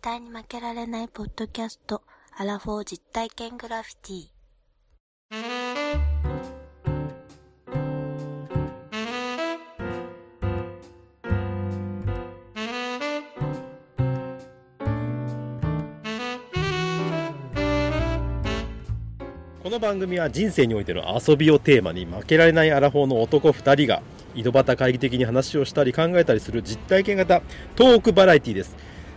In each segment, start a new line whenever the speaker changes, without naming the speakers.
対に負けられないポッドキャスト、アラフォー実体験グラフィティ。
この番組は人生においての遊びをテーマに負けられないアラフォーの男2人が井戸端会議的に話をしたり考えたりする実体験型トークバラエティです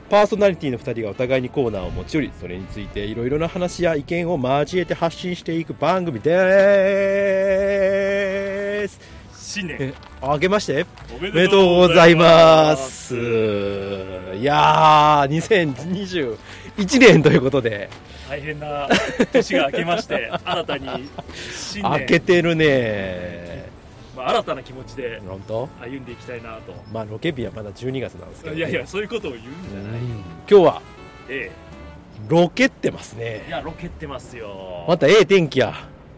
パーソナリティの2人がお互いにコーナーを持ち寄りそれについていろいろな話や意見を交えて発信していく番組です
新年
えあけまして
おめ
おめでとうございますいやー2021年ということで
大変な年が明けまして 新たに新年
明けてるね
まあ、新たな気持ちで
本当
歩んでいきたいなと
まあロケ日はまだ12月なんですけど、
いやいやそういうことを言うん
う
じゃ
ん
ない、
今日は
え
ロケってます
えい
ね
やロケってますよ
またええ天気や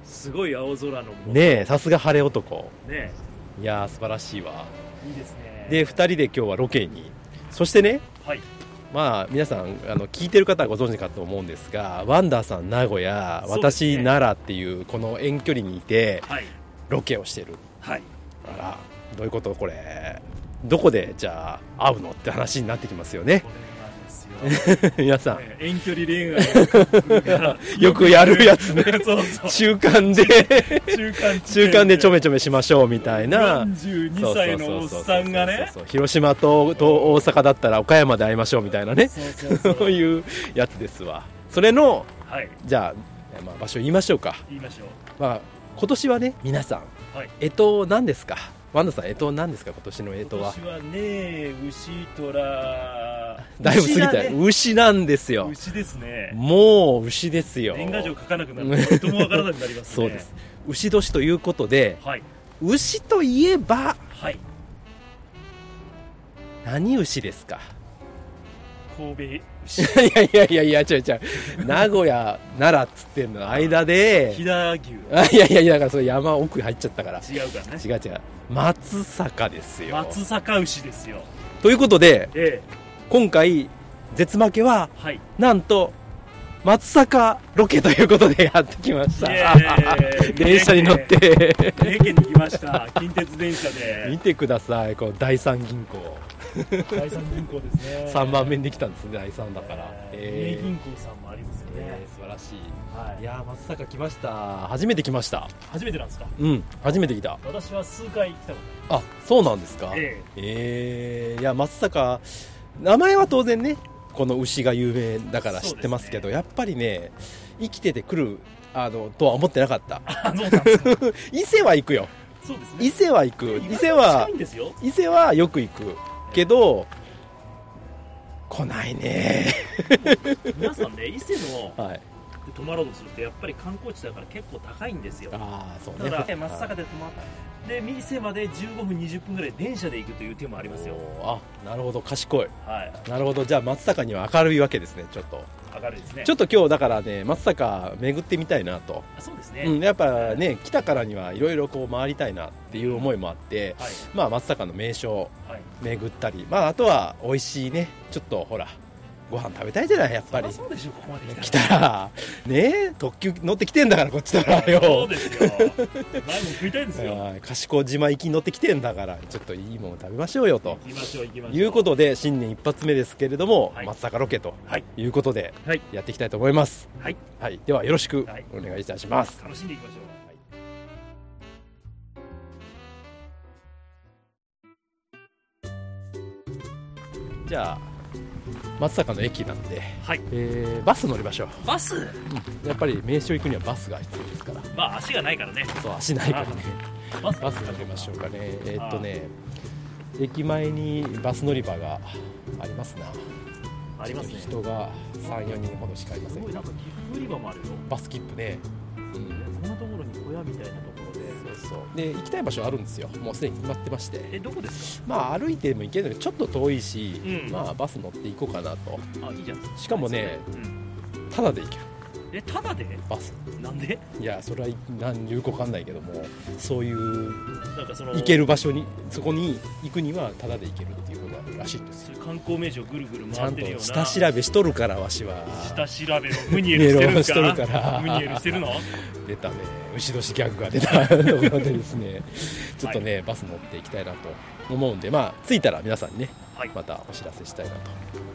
すごい青空のも
ねえさすが晴れ男
ね
いやー素晴らしいわ
いいですね
で2人で今日はロケにそしてね
はい
まあ皆さんあの聞いてる方はご存知かと思うんですがワンダーさん名古屋
そうですね
私奈良っていうこの遠距離にいて
はい
ロケをしてる
はい
あらどういうことこれどこでじゃあ会うのって話になってきますよね
これなんですよ、
皆さん
ね遠距離恋愛が
よくやるやつね
そうそう
中間で
中間
中間でちょめ
ち
ちょめしましょうみたいな
42歳のおっさんがね
そうそうそうそう広島とと大阪だったら岡山で会いましょうみたいなね
そうそうそ
そう
う
いうやつですわそれの
はい
じゃあ、まあ、場所言いましょうか、
言いましょう
まあ、今年はね皆さん、
はい
えと何ですかワンダさんえと何ですか今年のえとは
今年はね牛とら
だいぶ過ぎた
牛,、
よ牛なんですよ
牛ですね
もう牛ですよ
年賀状書かなくなるととてもわからなくなりま すね
そうです牛年ということで
はい
牛といえば
はい
何牛ですか
神 戸
いやいやいやいや、違う違う。名古屋、奈良っつってんの間で、
飛騨牛
あいやいやいや、だからそれ山奥入っちゃったから。
違うからね
違う違う。松坂ですよ。
松阪牛ですよ
ということで、
え
今回、絶負けは
え、はい
なんと、松坂ロケということでやってきまし
イエー
た。
イ
電車に乗って、
三重県に来ました近鉄電車
見
で
てください、この第三銀行。
第三銀行ですね
3番目にできたんですね、第三だから。え
ええ三重銀行さんもありますよ
ーえ
ね
ー、素晴らしい。
はい
いやー、松坂来ました。初めて来ました。
初めてなんですか
うん、初めて来た。
私は数回来たこ
あそうなんですか
と
え
え
えいや松坂名前は当然ねこの牛が有名だから知ってますけど
そうですね
やっぱりね生きてて来るあのとは思ってなかった
えあそうなんですか
伊勢は行くよ
そうですね
伊勢は行く伊勢は
近いんですよ
伊勢はよく行くけど来ないね
皆さんね伊勢の
はい
で泊まろうとするとやっぱり観光地だから結構高いんですよだ
ああそうね
から真っ坂で泊まって伊勢まで15分20分ぐらい電車で行くという手もありますよ
おーあなるほど賢い
はい
なるほどじゃあ松坂には明るいわけですねちょっと
明るいですね
ちょっと今日だからね松坂巡ってみたいなと
あそうですね、
うん、やっぱね来たからにはいろいろこう回りたいなっていう思いもあって、
はい
まあ松阪の名所
はい
巡ったりまああとは美味しいねちょっとほらご飯食べたいじゃないやっぱり
あそうでしょここまで
来
来た
たらね特急乗ってきてんだからこっちから
らそう
よ
ですよ前も食いたいですよ
はい賢島行き乗ってきてんだからちょっといいもの食べましょうよと
行きましょう行きましょう
いうことで新年一発目ですけれども、
はい
松阪ロケと
はい
いうことで
はい
やっていきたいと思います、
はい
はい、ではよろしく
はい
お願いいたします、
楽しんでいきましょう
じゃあ松阪の駅なんで、
はい
えーバス乗りましょう、
バス
やっぱり名所行くにはバスが必要ですから
まあ足がないからね
そう足ないからね
バス
バス乗りましょうかねえーっとね駅前にバス乗り場がありますな
ありますね
人が34人ほどしかいますせん
ごいなんか切符売り場もあるよ
バス切符ね、うん、
こんなところに小屋みたいなところで
そうそうで行きたい場所あるんですよもうすでに決まってまして
えどこです
まあ歩いても行けるのでちょっと遠いし、
うん
まあバス乗って行こうかなと
かあいいじゃん
しかもね
うん
ただで行ける
えただで
バス
なんで
いやそれは何言うか分かんないけどもそういう
なんかその
行ける場所にそこに行くにはタダで行けるっていうことがあるらしいんですよ
そういう観光名所をぐるぐる
ちゃ
回っ
ん
て
と
るような
下調べしとるからわしは
下調べのムニエルしてるんです
ムニエルをしてるから
かムニエル してるの
出たね牛年ギャグが出 たのでですねちょっとね、バス乗っていきたいなと思うんでまあ着いたら皆さんにね
はい
またお知らせしたいなと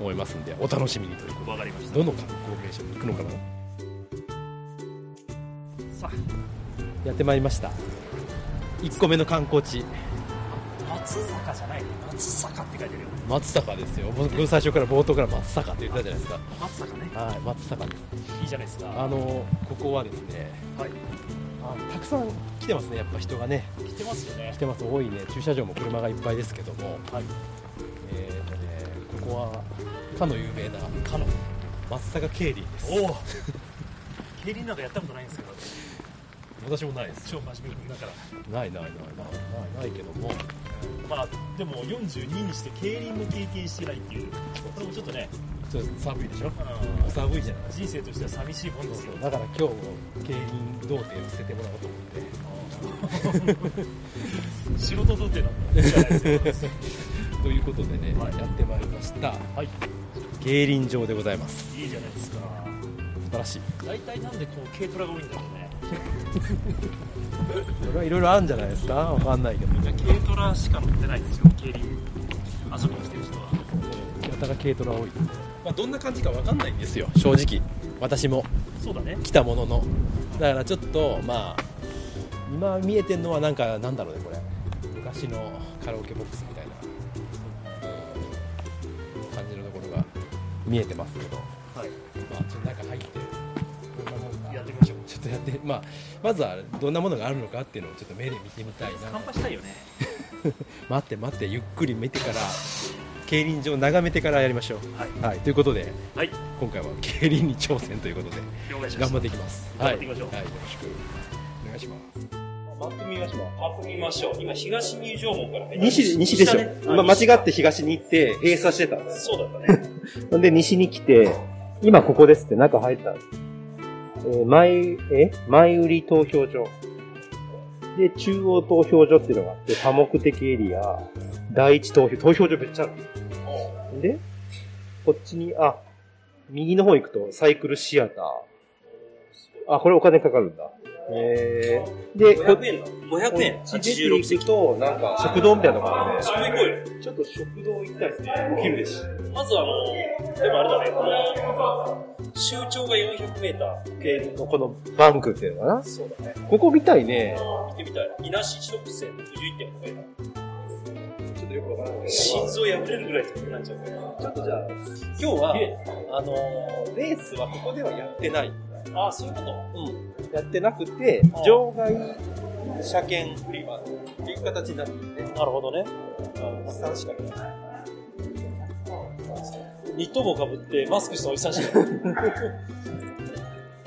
思いますんでお楽しみにということ
わかりました
でどの観光名所に行くのかな
さ
やってまいりました1個目の観光地
あ松坂じゃない松坂って書いてるよ
松坂ですよ僕最初から冒頭から松坂って言ってたじゃないですか
松坂ね
はい松坂です
いいじゃないですか
あのここはですね
はい
あのたくさん来てますねやっぱ人がね
来てますよね
来てます多いね駐車場も車がいっぱいですけども
はい
えーとね、ここはかの有名なかの松坂競輪です
おお競輪なんかやったことないんですけど
私もないです
超真面目だから
ないないないないないないけども
まあでも42にして競輪も経験してないっていうこれもちょっとね、
ちょっと寒いでしょ
あの
寒いじゃない
人生としては寂しいもん
そう
ですよ
そ うだから今日競輪童貞を捨ててもらおうと思って
仕事とってなんだじゃないですよ
ということでね、
はい
やってまいりました
はい
競輪場でございます
いいじゃないですか
素晴らしい
大体なんでこう軽トラが多いんだろうね
それはいろいろあるんじゃないですかわかんないけど
じゃ軽トラしか乗ってないんですよ競輪遊びに来てる人は
やたら軽トラ多いですね、まあ、どんな感じかわかんないんですよ正直私も
そうだね
来たもののだからちょっとまあ今見えてるのはなんかなんだろうねこれ昔のカラオケボックスみたいな、うん感じのところが見えてますけど、ま
はい
あ、ちょっと中入ってどんなものか
やってみましょう
ちょっとやって、まあ、まずはどんなものがあるのかっていうのをちょっと目で見てみたいな
乾杯したいよね
待って待ってゆっくり見てから競輪場を眺めてからやりましょ、
はいう
はい、ということで
はい
今回は競輪に挑戦ということで
了解しま
頑張
した
っていきます。
頑張っていきましょう
はい、はい、よろしくお願いします。
マップ見ましょうマップ見ましょう今東入場門から
西西でしょ、ま間違って東に行って閉鎖してたんです。
そうだったね
ほんで西に来て、今ここですって中入ったんです。えー前、え前売り投票所。で、中央投票所っていうのがあって、多目的エリア、第一投票、投票所めっちゃあるんですよで、こっちに、あ、右の方行くとサイクルシアター。あ、これお金かかるんだ。えー、で、こ
500円だ500円
こっち出ていくと、なんか食堂みたいなのがあるんで
そこ行こうよ
ちょっと食堂行ったりする。お昼ですし。
まずあの、でもあれだね、この、周長が400メーター。
えーと、このバンクっていうのかな
そうだね。
ここみたいね。
見てみたい。稲市直線51.5メータ
ちょっとよくわからない
ー。心臓破れるぐらい高くなっちゃうから。
ちょっとじゃあ、今日は、あのーレースはここではやってない。
ああ、そういうこと
やってなくて
あ、あ
場外車検フリマっていう形になってるんで、
なるほどね。
おっさんしか見ない。
ニット帽かぶってマスクしたおじさんしかいない。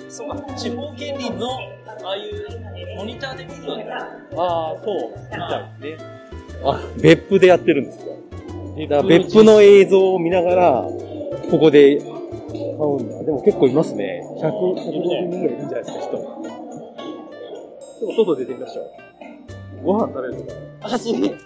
そうか、地方権利の、ああいうモニターで見るわけだ。
ああ、そう。み
た
いね。あ、別府でやってるんですかだから別府
府
の映像を見ながら、ここで買うんだ。でも結構いますね。100、150人ぐらいいるんじゃないですか、人。ちょっと外出てみましょう。ご飯食べるとか。
あ、すげえ。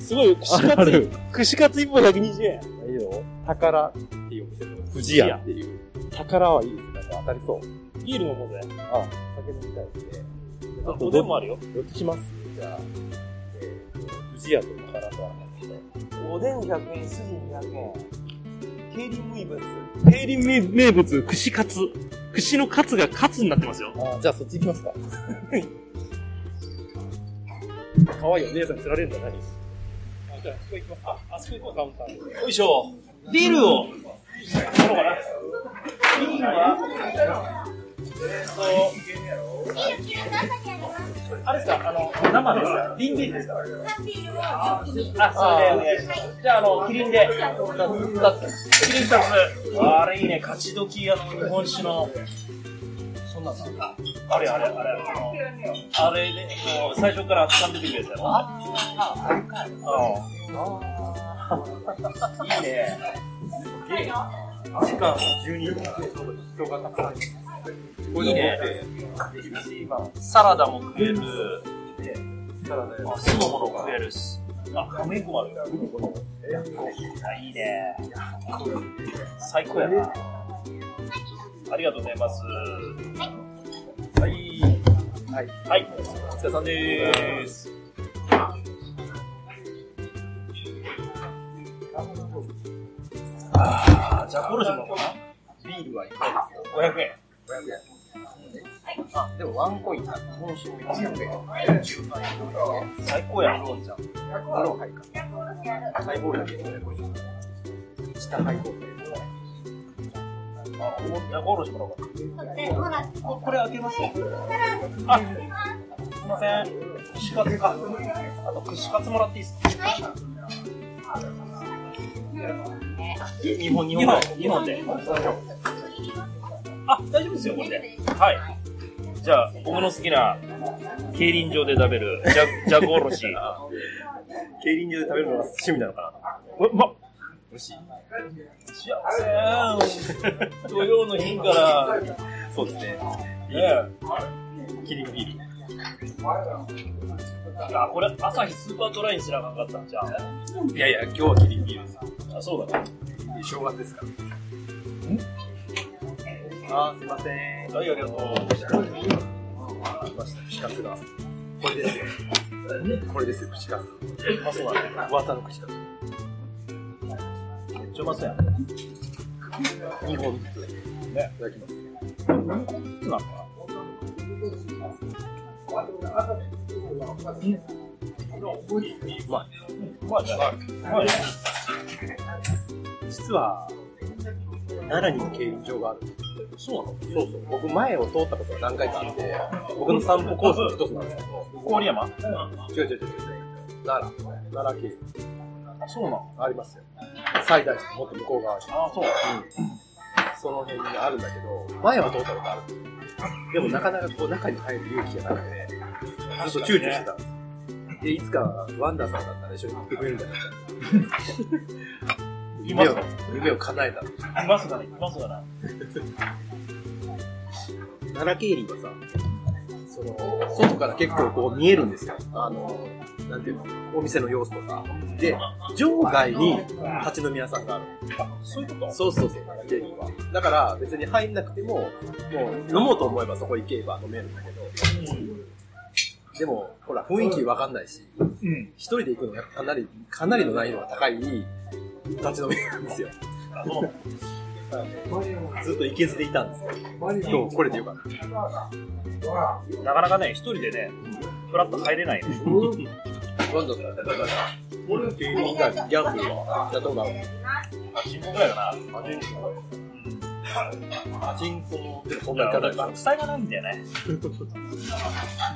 すごい、串
ある。
串カツ1本120円。
いいよ。宝っていうお店の富士屋っていう。宝はいいです。なんか当たりそう。
ビールのものだよ。
あ、酒飲みたいですね。
あおでんもあるよ。
どっちしますじゃあ、えーと、富士屋と宝とありますね。
おでん100円、筋200円。競輪名物。競輪名物、串カツ。串のカツがカツになってますよ。
あじゃあそっち行きますか。
可愛いお姉さん釣られるんだ、何あ、じゃあ、あそこ行きますか。あ、あそこ行こう、カウンター。よいしょ。ビールを。飲もうかな。ビールは、あれですか、あの、生ですか瓶ビールですかあ、それでお願いします。じゃあ、あの、キリンで、2つ。キリン2つ。あれいいね、勝ち時、あの、日本酒の。そんなんだあれあれあれあのあれで、もう最初から掴んでてくれたよ。ああ。いいね。時間12人。人がたくさんいる。いいね。サラダも食える。サラダ酢のものが食えるし。あ、亀ごまる。あ、いいね。最高やな。ありがとうございます。はい。はい。はい。お疲れさんでーす。あーじゃあ、ゴルジュもかな
ビールはいかがですか
?500 円。
あでもワンコイン、日本酒も100円。
最高やん。
ローちゃん、ローハイか。ハイボールだけ550円。下ハイボールで。
あ、じゃあ、ゴルジュもらおうか。ここれ開けますね。あ、すいません。串カツか。あと串カツもらっていいですか。い日本日本日本で。あ、大丈夫ですよこれで。はい。じゃあ僕の好きな競輪場で食べるジャ ジャグおろし。
競輪場で食べるのが趣味なのか
うわうまっ。
美味しい。
幸せ。土曜の日から。
なそうですね
ね
キリンビール
あ、これ朝日スーパートライにしなあかんかったんじゃん。
いやいや、今日はキリンビールです。
あ、そうだね。
正月ですから。あー、すいませ
は
ん。
い、ありがとう。
来ました、串カツが。これですよ。これですよ、串カツ。
うまそうだね。
噂の串カツ。
めっちゃうまそうやん。
2本ずつ。ね、いただきます。
そうなのかなま
うま
あじゃあ、まあじゃあ
い。実は、奈良にも競輪場がある。
そうなの
そうそう。僕、前を通ったことが何回かあって、僕の散歩コースの一つなんですけど、
郡山
違う違う違う違う。奈良。奈良競輪。
そうなの
ありますよ。最大寺のもっと向こう側に。
ああ、そう。
その辺にあるんだけど、前は通ったことある。でもなかなかこう中に入る勇気がなくて、ずっと躊躇してたんですよ。で、いつかワンダーさんだったら一緒に行ってくれるんじゃないかって。夢を、夢を叶えた。
いますがな、いますがな。
奈良経理はさ、その、外から結構こう見えるんですよ。あの、なんていうの、お店の様子とか。で、場外に立ち飲み屋さんがある。
そういうこと
そうそうそう、ケーキは。だから別に入んなくても、もう飲もうと思えばそこ行けば飲めるんだけど、でも、ほら、雰囲気わかんないし、
うん。
一人で行くのがかなり、かなりの難易度が高い立ち飲みなんですよ。
あ、そうなの
ずっと行けずでいたんですよ。今日これでよかった。
なかなかね、一人でね、フラッと入れないよね。
今度から、みんなギャンブルはやったことある
8分ぐらいか
パチンコパチンコってそんな
な。
行かな
だ
いで
から、
す
学祭がないんだよね。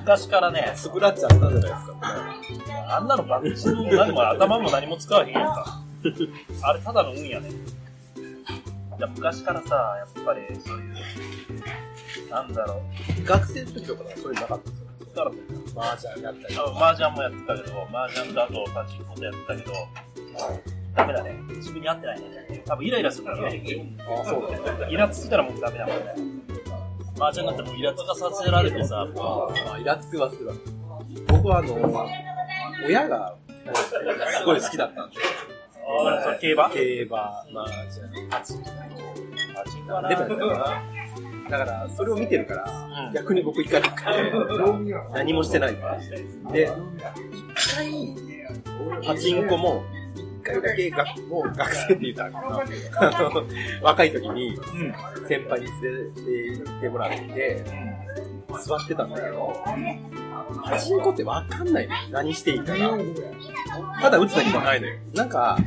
昔からね、
スクラッチャーなんじゃないですか。
あんなのバッチも何も頭も何も使わへんやんか。あれただの運やね。いや昔からさ、やっぱりそういう、なんだろう、
学生の時とかはそういうのなかったんですよ。
だから
マージャンやったり。
あの麻雀もやってたけど、麻雀とあとパチンコとやってたけど、ダメだね。自分に合ってないね。多分イライラするからね。
ああ、そうだね。
イラついたらもうダメだもんね。麻雀なんてもうイラつかさせられてさ、も
ああ、イラつくはするわ。僕はあの、親が、すごい好きだったんですよ。
う、あーそれ競馬
競馬、まあ、じゃあ、パチンコ。
パチンコはな。
でもだから、それを見てるから、逆に僕行かなくて、何もしてないから。で、一回、パチンコも、一回だけ学、もう学生って言ったらあかんなあの若い時に、
うん。
先輩に連れて行ってもらって、座ってたんだけど、パチンコってわかんないのよ。何していいかが。ただ打つだけじゃないのよ。なんか、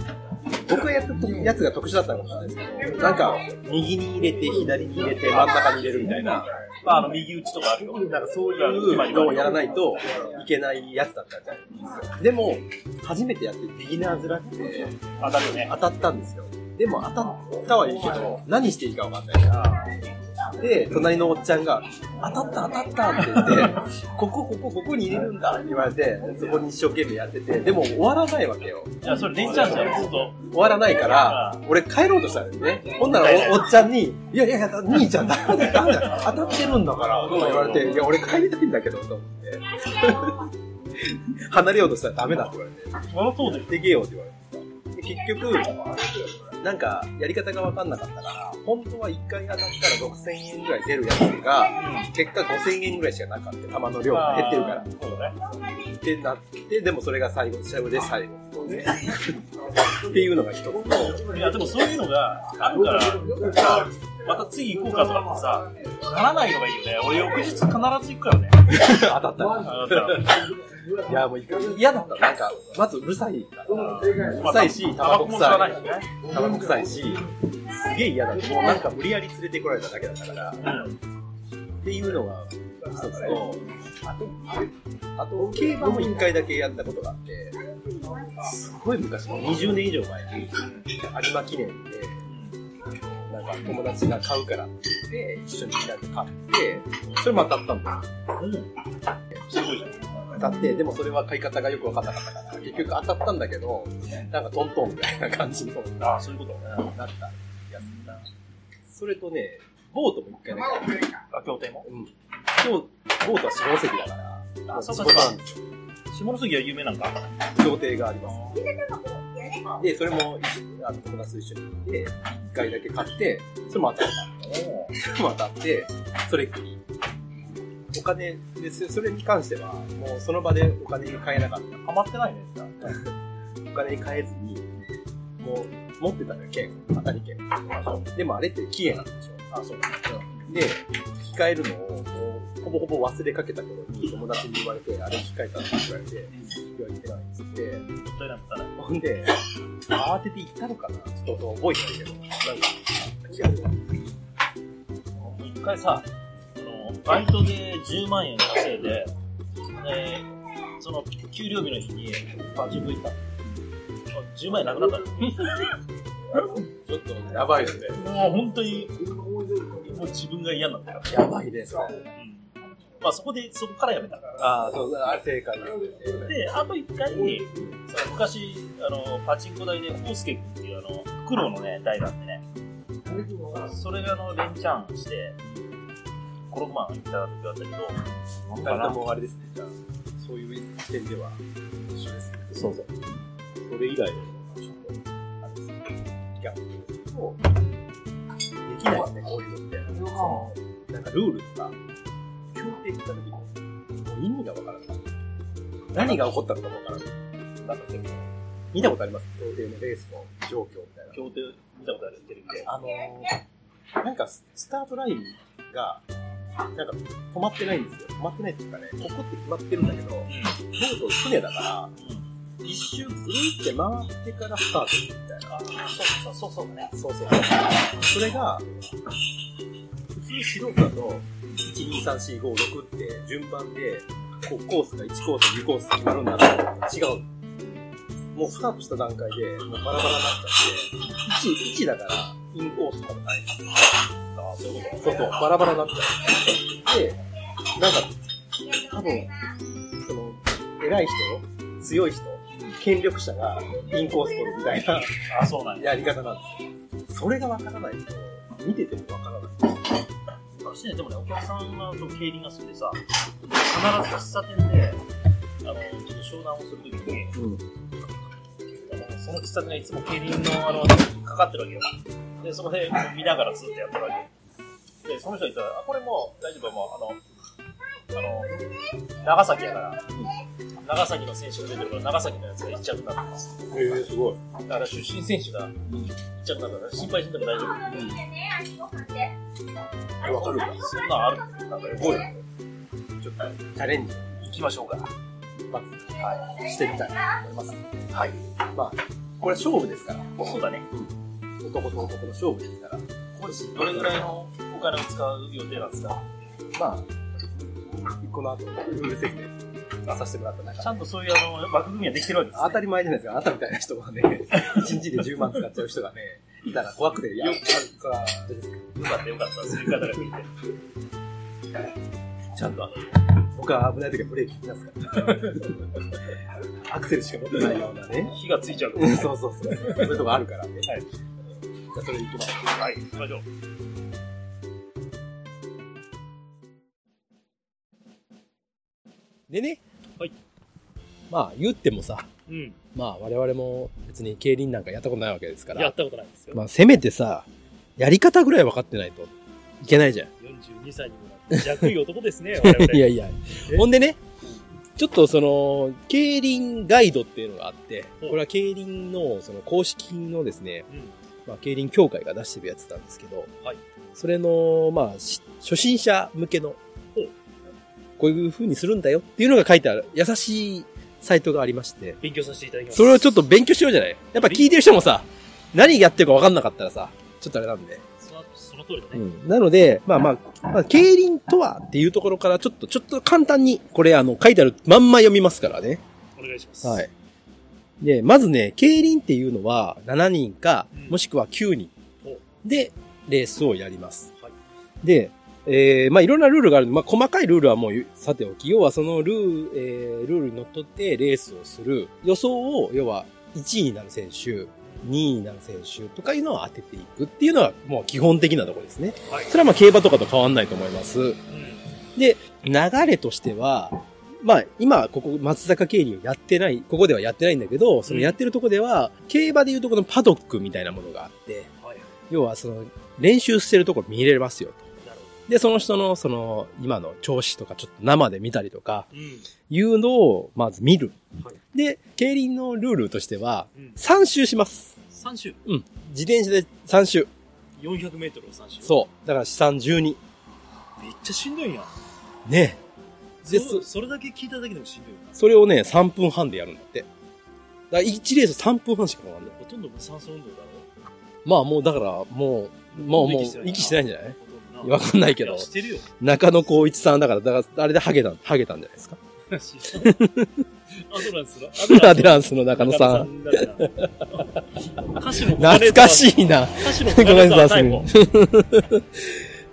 僕がやったとやつが特殊だったのかもしれないですけど、なんか、右に入れて、左に入れて、真ん中に入れるみたいな、
まあ、あの、右打ちとかあるよ。
なんかそういうのをやらないといけないやつだったんじゃないですか。でも、初めてやってビギナーズラックで
当たるよね。
当たったんですよ。でも当たったはいいけど、何していいかわかんないから、で、隣のおっちゃんが、当たった当たったって言 って、ここ、ここ、ここに入れるんだって言われて、そこに一生懸命やってて、でも終わらないわけよ。
じゃあそれできちゃうんじゃん、ずっと。
終わらないから、俺帰ろうとしたんだよね。ほんならおおっちゃんに、いやいやいや、兄ちゃんだ、 だだ当たってるんだから、とか言われて、いや、俺帰りたいんだけど、と思って。離れようとしたらダメだって言われて、
その通り。
出てけよって言われて。で結局、なんか、やり方が分かんなかったから、本当は1回当たったら6000円ぐらい出るやつが、結果5000円ぐらいしかなかった。玉の量が減ってるから。
そうだね。
ってなって、でもそれが最後、最後で最後。っていうのが一つ。
いや、でもそういうのがあるから、さまた次行こうかとかってさ、ならないのがいいよね。俺翌日必ず行くからね。
当たった
だ
ら。
から
いや、もう嫌だった。なんか、まずうるさいから。う
まあ
るさいし、タバコ
も吸わな
臭
い
い
よ。ね。
タバコ臭いし、すげえ嫌だった。もうなんか無理やり連れてこられただけだったから。っていうのが一つと、あと、あと、競馬も一回だけやったことがあって、すごい昔、もう20年以上前に、有馬記念で、なんか友達が買うからって言って、一緒にみんなで買って、それも当たったんだよ。
すごいじゃん。
当たって、でもそれは買い方がよく分かんなかったから、結局当たったんだけど、なんかトントンみたいな感じの
ああ、そういうことね。
なったやつだ。それとね、ボートも一回ね、
あ、協定も。
うん。今日、ボートは下関だから、
あそうか
仕事
そ
な
うん
ですよ
下関は有名なんか。
協定があります。で、それも一緒にあの友達と一緒に行って、一回だけ買って、それも当たった。それも当たって、それっきり。お金です、それに関しては、もうその場でお金に換えなかった。
ハマってないね。じゃ
お金に換えずに、もう持ってたのよ、券。当たり券。でもあれって期限なんでしょ。あ、そうなんで、引き換えるのを、もうほぼほぼ忘れかけた頃に友達に言われて、あれ引き換えたって言われて、いや、言ってないっつって、
あもったいなかったね。
ほんで、慌てて行ったのかなちょっと覚えてないけど、なんか、違う。
一回さ、そのバイトで10万円稼いで、えーその給料日の日にパチンコ行ったの。あ10万円なくなったの。
ちょっと、やばいよね。
もう本当に、もう自分が嫌になったよ。
やばいね、それ。
うんまあそこで、そこからやめた。
ああ、そう、あれ正解ですね。
で、あと一回、その昔、あの、パチンコ台で、コウスケ君っていう、あの、フクロウのね、台があってね、それが、あの、レンチャンして、5、6万いただく時があったけど、
二人ともあれですね、じゃあ、そういう視点では、一緒ですね。
そうそう。それ以外で。
あれですね。いや、もう、できないですね、こういうのって。そうなんかルールとか、協定行った時に、もう意味がわからない。何が起こったのかもわからない。なんか結構、見たことあります協定のレースの状況みたいな。
協定見たことあるテレビで。
あのーなんかススタートラインが、なんか止まってないんですよ。止まってないっていうかね、ここって決まってるんだけど、ボート船だから、一周ぐるって回ってからスタートするみたいな。
そうそうそうね。
そうそう。それが、普通素人だと、1、2、3、4、5、6って順番で、こうコースが1コース、2コース決まるんだけど、違う。もうスタートした段階で、もうバラバラになっちゃって、1、1だから、インコースとかもないんですよ。
そういうこと
そうそう、バラバラになっちゃう。で、なんか、多分、その、偉い人、強い人、権力者がインコース取るみたいな。
あ、そうなんや。
やり方なんですよ。それがわからないと、見ててもわからない。
私ね、でもね、お客さんの競輪が好きでさ、必ず喫茶店で、あの、ちょっと商談をするときに、
うん。
あのその喫茶店がいつも競輪の、あの、かかってるわけよ。で、そこで見ながらずっとやってるわけ。で、その人に言ったら、あ、これもう大丈夫、もう、あの、あの、長崎やから、長崎の選手が出てるから、長崎のやつが一着になってます。
ええすごい。
だから出身選手が一着になったから、心配しんでも大丈夫。
わかるか。
そんなんあるんだよ。なんか、
すごい。ちょっと、チャレンジ、
行きましょうか。
まず、はい、してみたいと思います。はい。まあ、これは勝負ですから。
そうだね。
男と男の勝負ですから。
これどれぐらいのお金を使う予定なんですか
まあ、この後、ルール説明させてもらった中
ちゃんとそういうあの枠組みはできてるわけです、
当たり前じゃないですか。あなたみたいな人がね、1日で10万使っちゃう人がね、
たら怖くて、よくさ、
よかったよかった、そういう方が見て。
ちゃんとあの、僕は危ない時はブレーキ踏みますから。アクセルしか持ってないようなね。
火がついちゃうから。
う
は
んそうそうそう。そういうとこあるからね。
はい
じゃあそれ行きます。
い、行きましょう。
でね、
はい
まあ言ってもさ、
うん。
まあ我々も別に競輪なんかやったことないわけですから、
やったことないですよ。
まあせめてさ、やり方ぐらい分かってないといけないじゃん。
42歳にもなって、弱い男ですね、我 々。
いやいや。ほんでね、ちょっとその、競輪ガイドっていうのがあって、
ほう
これは競輪のその公式のですね、
うん。
まあ、競輪協会が出してるやつなんですけど、
はい
それの、まあ、し初心者向けの
ほう、
こういう風にするんだよっていうのが書いてある、優しいサイトがありまして、
勉強させていただきます。
それをちょっと勉強しようじゃないやっぱ聞いてる人もさ、何やってるか分かんなかったらさ、ちょっとあれなんで。
そのその通りだ
う
ね。
ん。なので、まあまあ、まあ、競輪とはっていうところから、ちょっと、ちょっと簡単に、これあの、書いてあるまんま読みますからね。
お願いします。
は。い。で、まずね、競輪っていうのは7人か
うん、
もしくは9人
お
でレースをやります。
はい
で、えー、まあいろんなルールがあるんで、まあ細かいルールはもうさておき、要はそのルー,、えー、ルールにのっとってレースをする。予想を、要は1位になる選手、2位になる選手とかいうのを当てていくっていうのはもう基本的なところですね。
はい
それはまあ競馬とかと変わんないと思います。
うん。
流れとしては、まあ、今、ここ、松坂競輪をやってない、ここではやってないんだけど、そのやってるとこでは、競馬でいうとこのパドックみたいなものがあって、
はい。
要はその、練習してるとこ見れますよと。
なるほ
で、その人の、その、今の調子とか、ちょっと生で見たりとか、
ど。うん。
いうのを、まず見る
はい。
で、競輪のルールとしては、
うん。
3周します。
3周。
うん。自転車で3周。
400メートルを3周。
そう。だから、資産12。
う。めっちゃしんどいんや。
ね。でそ
そそれだけ聞いただけでもしんどいよな。
それをね、3分半でやるんだって。だから、1レース3分半しかかかんない。
ほとんどもう酸素運動だろ
まあもうだから、もう、もうもう、息してないんじゃない
ほとんど
わかんないけど
いやしてるよ。
中野光一さんだから、だから、あれでハゲた、ハゲたんじゃない ですか。
アドランス の、
アデランスの中野さん。
んだ から。歌詞の
懐かしいな。
歌詞の
ごめんなさ
最
い
後。。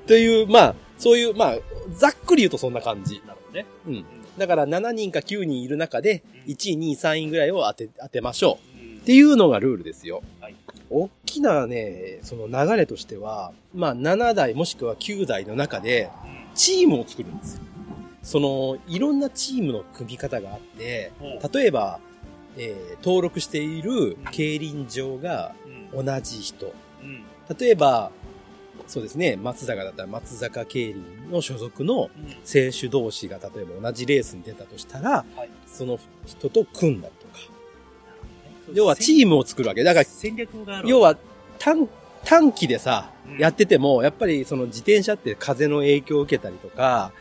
という、まあ、そういう、まあ、ざっくり言うとそんな感じ。
なるほどね。
うん。だから7人か9人いる中で、1位、2位、3位ぐらいを当て、当てましょう。
うん
っていうのがルールですよ。
はい
大きなね、その流れとしては、まあ7台もしくは9台の中で、チームを作るんですよ。その、いろんなチームの組み方があって、
うん
例えば、えー登録している競輪場が
うん
同じ人。
うん
例えば、そうですね、松坂だったら松坂競輪の所属の
うん
選手同士が例えば同じレースに出たとしたら、
はい
その人と組んだりとか。
うん
要はチームを作るわけ。だから、
戦略がある。
要は短短期でさ
うん、
やってても、やっぱりその自転車って風の影響を受けたりとか、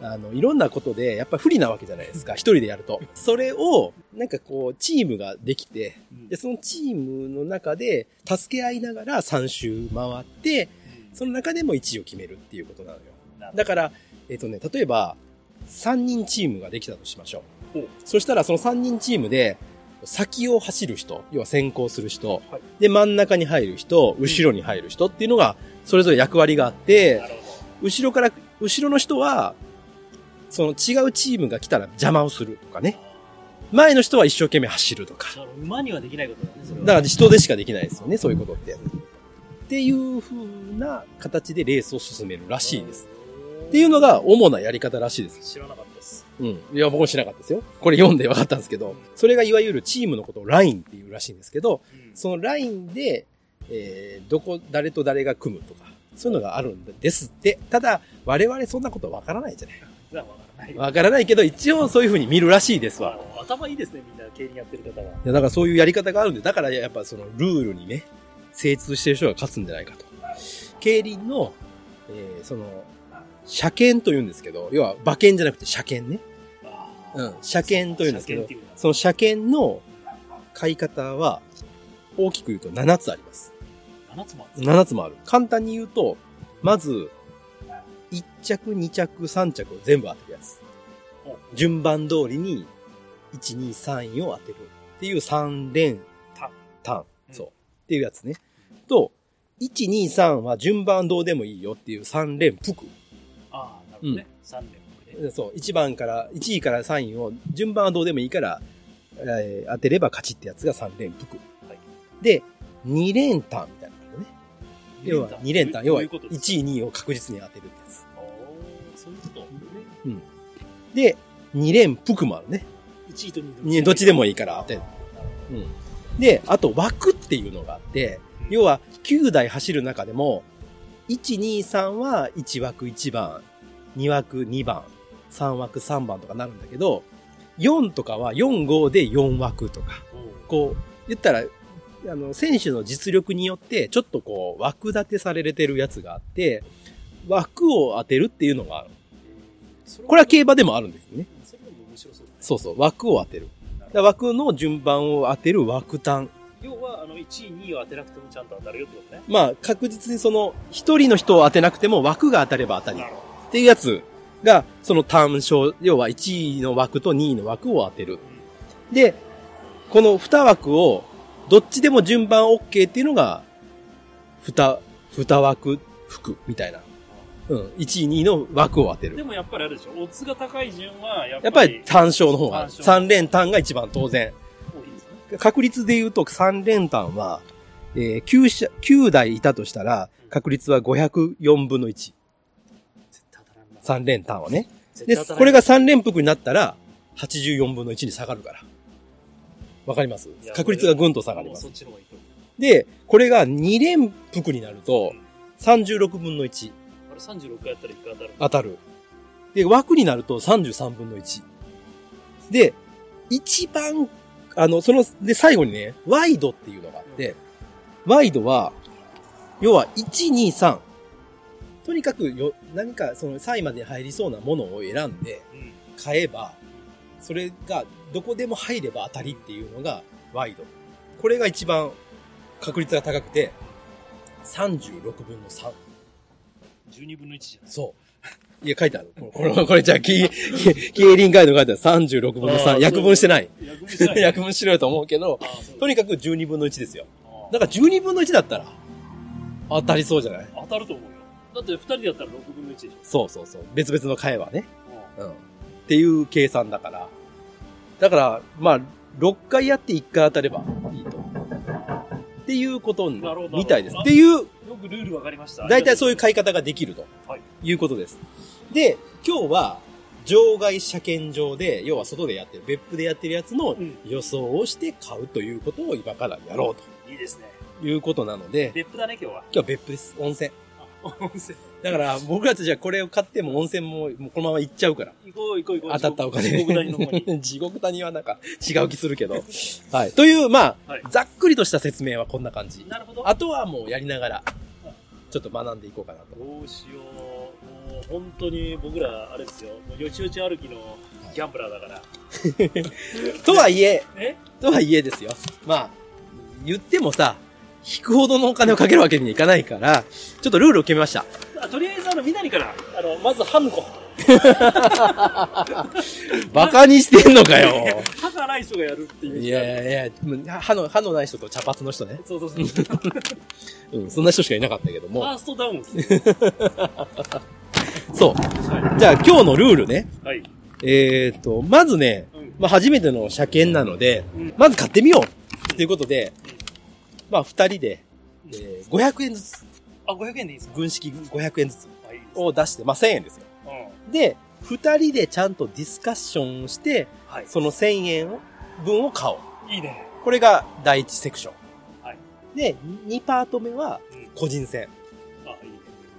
あの、いろんなことで、やっぱ不利なわけじゃないですか、一人でやると。それを、なんかこう、チームができて、
うん、
で、そのチームの中で、助け合いながら3周回って、その中でも1位を決めるっていうことなのよ。だから、えっ、とね、例えば、3人チームができたとしましょう
お。
そしたら、その3人チームで、先を走る人、要は先行する人、
はい
で、真ん中に入る人、後ろに入る人っていうのが、それぞれ役割があって
な、るほ
後ろから、後ろの人は、その違うチームが来たら邪魔をするとかね。前の人は一生懸命走るとか。
どなるほど。馬にはできないことだね、それは。
だから人でしかできないですよね、そういうことって。っていう風な形でレースを進めるらしいです。
うん
っていうのが主なやり方らしいです。
知らなかったです。
うん。いや、僕も知らなかったですよ。これ読んで分かったんですけど、それがいわゆるチームのことをラインっていうらしいんですけど、
うん
そのラインで、えー、どこ、誰と誰が組むとか、そういうのがあるんですって。ただ、我々そんなこと分からないじゃない。
じゃあわからない。
分からないけど、一応そういう風に見るらしいですわ。
頭いいですね、みんな、競輪やってる方は。
いや、だからそういうやり方があるんで、だからやっぱそのルールにね、精通してる人が勝つんじゃないかと。競輪の、えー、その、車検と言うんですけど、要は馬券じゃなくて車検ね。うん、車検というんですけど
車検っていうんだ
その車検の買い方は、大きく言うと7つあります。
7つもあるんですか
7つもある。簡単に言うと、まず、1着、2着、3着を全部当てるやつ
お。
順番通りに、1、2、3位を当てる。っていう3連単。そう。っていうやつね。と、 1、2、3は順番どうでもいいよっていう3連服。
ああ、なるほどね。三連服で。
そう、1番から、1位から3位を順番はどうでもいいから、えー当てれば勝ちってやつが3連服。
はい
で、2連単みたいなのね。要は2連単、要は
どうい
1
うこと
位、
ですか
2位を確実に当てるってやつ。
おーそういうこと。
で、2連服もあるね。
一位と二位
にどっちでもいいから当てる。うん。で、あと枠っていうのがあって、要は9台走る中でも、1、2、3は1枠1番、2枠2番、3枠3番とかなるんだけど、4とかは4、5で4枠とか、こう、言ったら、あの、選手の実力によって、ちょっとこう、枠立てされてるやつがあって、枠を当てるっていうのがある。これは競馬でもあるんですよね。
それも面白そうだね
そうそう、枠を当てる。
な
だ
る
から枠の順番を当てる枠単。
要は、あの、一位、二位を当てなくてもちゃんと当たるよってことね。
まあ、確実にその、一人の人を当てなくても枠が当たれば当たり。
な
っ
るほ
ていうやつが、その単勝、要は1位の枠と2位の枠を当てる。で、この2枠を、どっちでも順番 OK っていうのが、2、2枠服みたいな。うん。1位、2位の枠を当て
ど。で
る。
もやっぱりあるでしょ。オッズが高い順は、や
や
っ
っぱ
ぱ
り
り、
単勝の方が、
単勝
3連単が一番当然。
多いですね。
確率で言うと3連単は、えー、9, 社9台いたとしたら、確率は504分の1。
絶対当たらん
3
な。
連単はね。
絶
で、
対当たらん
これが3連複になったら、84分の1に下がるから。わかります
いや
確率がぐんと下がり
もう
ま
そ
す
っ。ちの方がいいと思う。
で、これが2連複になると
うん、
36分の1
あれ36回やったら1回当たる。
当たる。で、枠になると33分の1。で、一番、あの、その、で、最後にね、ワイドっていうのがあって、ワイドは、要は、1、2、3。とにかくよ、何か、その、3位まで入りそうなものを選んで、
うん。
買えば、それが、どこでも入れば当たりっていうのが、ワイド。これが一番、確率が高くて、36分の3。
12分の1じゃない
そう。いや、書いてある。これ、これこれじゃあ、キー、キーリンガイド書いてある。36分の
あ
3。
ー
約分してない。
約分してない。
約分しろよと思うけど、
あーそう
とにかく12分の1ですよ。
あー
だから12分の1だったら、当たりそうじゃない
当たると思うよ。だって2人だったら6分の1でしょ。
そうそうそう。別々の会話ね。
う
うん。っていう計算だから。だから、まあ、6回やって1回当たればいいと。っていうことに
なるほど
みたいです。
な
っ
るほど
ていう、
んよくルール分かりました。
大体そういう
会
買い方ができると
はい
いうことです。で、今日は、場外車検場で、要は外でやってる、別府でやってるやつの
うん
予想をして買うということを今からやろう
いいですね。
ということなので、
別府だね、今日 は。
今日は別府です。温泉。
温泉。
だから僕たちじゃこれを買っても温泉ももうこのまま行っちゃうから。
行こう行こう行こう。
当たったお金
地獄谷の方 に。
に。地獄谷はなんか違う気するけど。はい。という、まあ、
はい
ざっくりとした説明はこんな感じ。
なるほど。
あとはもうやりながら、ちょっと学んでいこうかなと。
どうしよう。もう本当に僕ら、あれですよ。もうよちよち歩きのギャンブラーだから。
とはいえ、
え
とはいえですよ。まあ、言ってもさ、引くほどのお金をかけるわけにはいかないから、ちょっとルールを決めました。
あとりあえずあの、みなりから、あの、まずハムコ。
バカにしてんのかよ。
歯がない人がやるっていうイメー
い
ジがある。
やいやいや、歯の、歯のない人と茶髪の人ね。
そ うそうそう。フ
うん、そんな人しかいなかったけど
ァ
も。
ーストダウンをする。
そう。
は
じゃあ今日のルールね。
い。はい。
えーと、まずね、
うん
まあ初めての車検なので
うん、
まず買ってみようということで、まあ二人で、えー500円ずつ、
あ、500円でいいですか
軍資金500円ずつ
あ、いいです。
を出して、まあ1000円ですよ。
うん。
で、二人でちゃんとディスカッションをして、
はい。
その1000円分を買おう。
いいね。
これが第一セクション。
はい
で、2パート目は
うん
個人戦。
あ、いいね。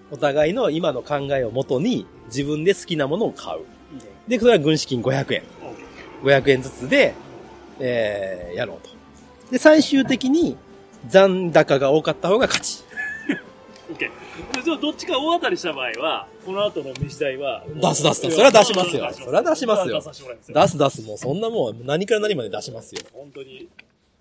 お互いの今の考えをもとに自分で好きなものを買う。
いいね。
で、それは軍資金500円。
オーケ
500円ずつで、えー、やろうと。で、最終的に残高が多かった方が勝ち。
ー。オッケー。でじゃあどっちか大当たりした場合は、この後の飯代は。
出す出すそれは出しますよそれは出しますよ
出させてもらいますよ。
出す出すもうそんなもんは何から何まで出しますよ。
本当に。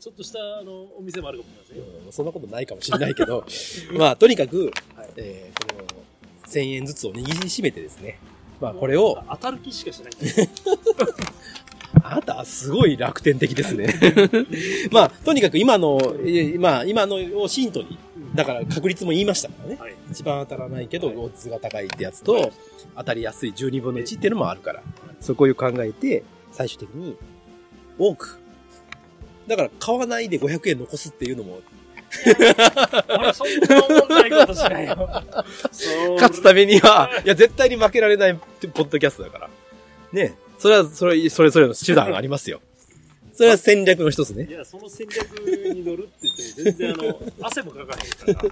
ちょっとした、あの、お店もあるかもしれませんよ。
うんそんなことないかもしれないけ ど、まあ、とにかく、
はい
えーこの、1000円ずつを握りしめてですね、まあ、これを、
当たる気しかしないんで。
あなた、すごい 楽天的ですね。まあ、とにかく今の、えーまあ、今のをヒントに、
うん
だから確率も言いましたからね。
はい
一番当たらないけど、オッズが高いってやつと、当たりやすい12分の1っていうのもあるから、そこを考えて、最終的に、多く。だから、買わないで500円残すっていうのも、
俺そんな思んないことしないよ。
勝つためには、いや、絶対に負けられないってポッドキャストだから。ねそれは、それ、それぞれの手段がありますよ。それは戦略の一つね
い。や、その戦略に乗るって言って、全然あの、汗もかかへんから、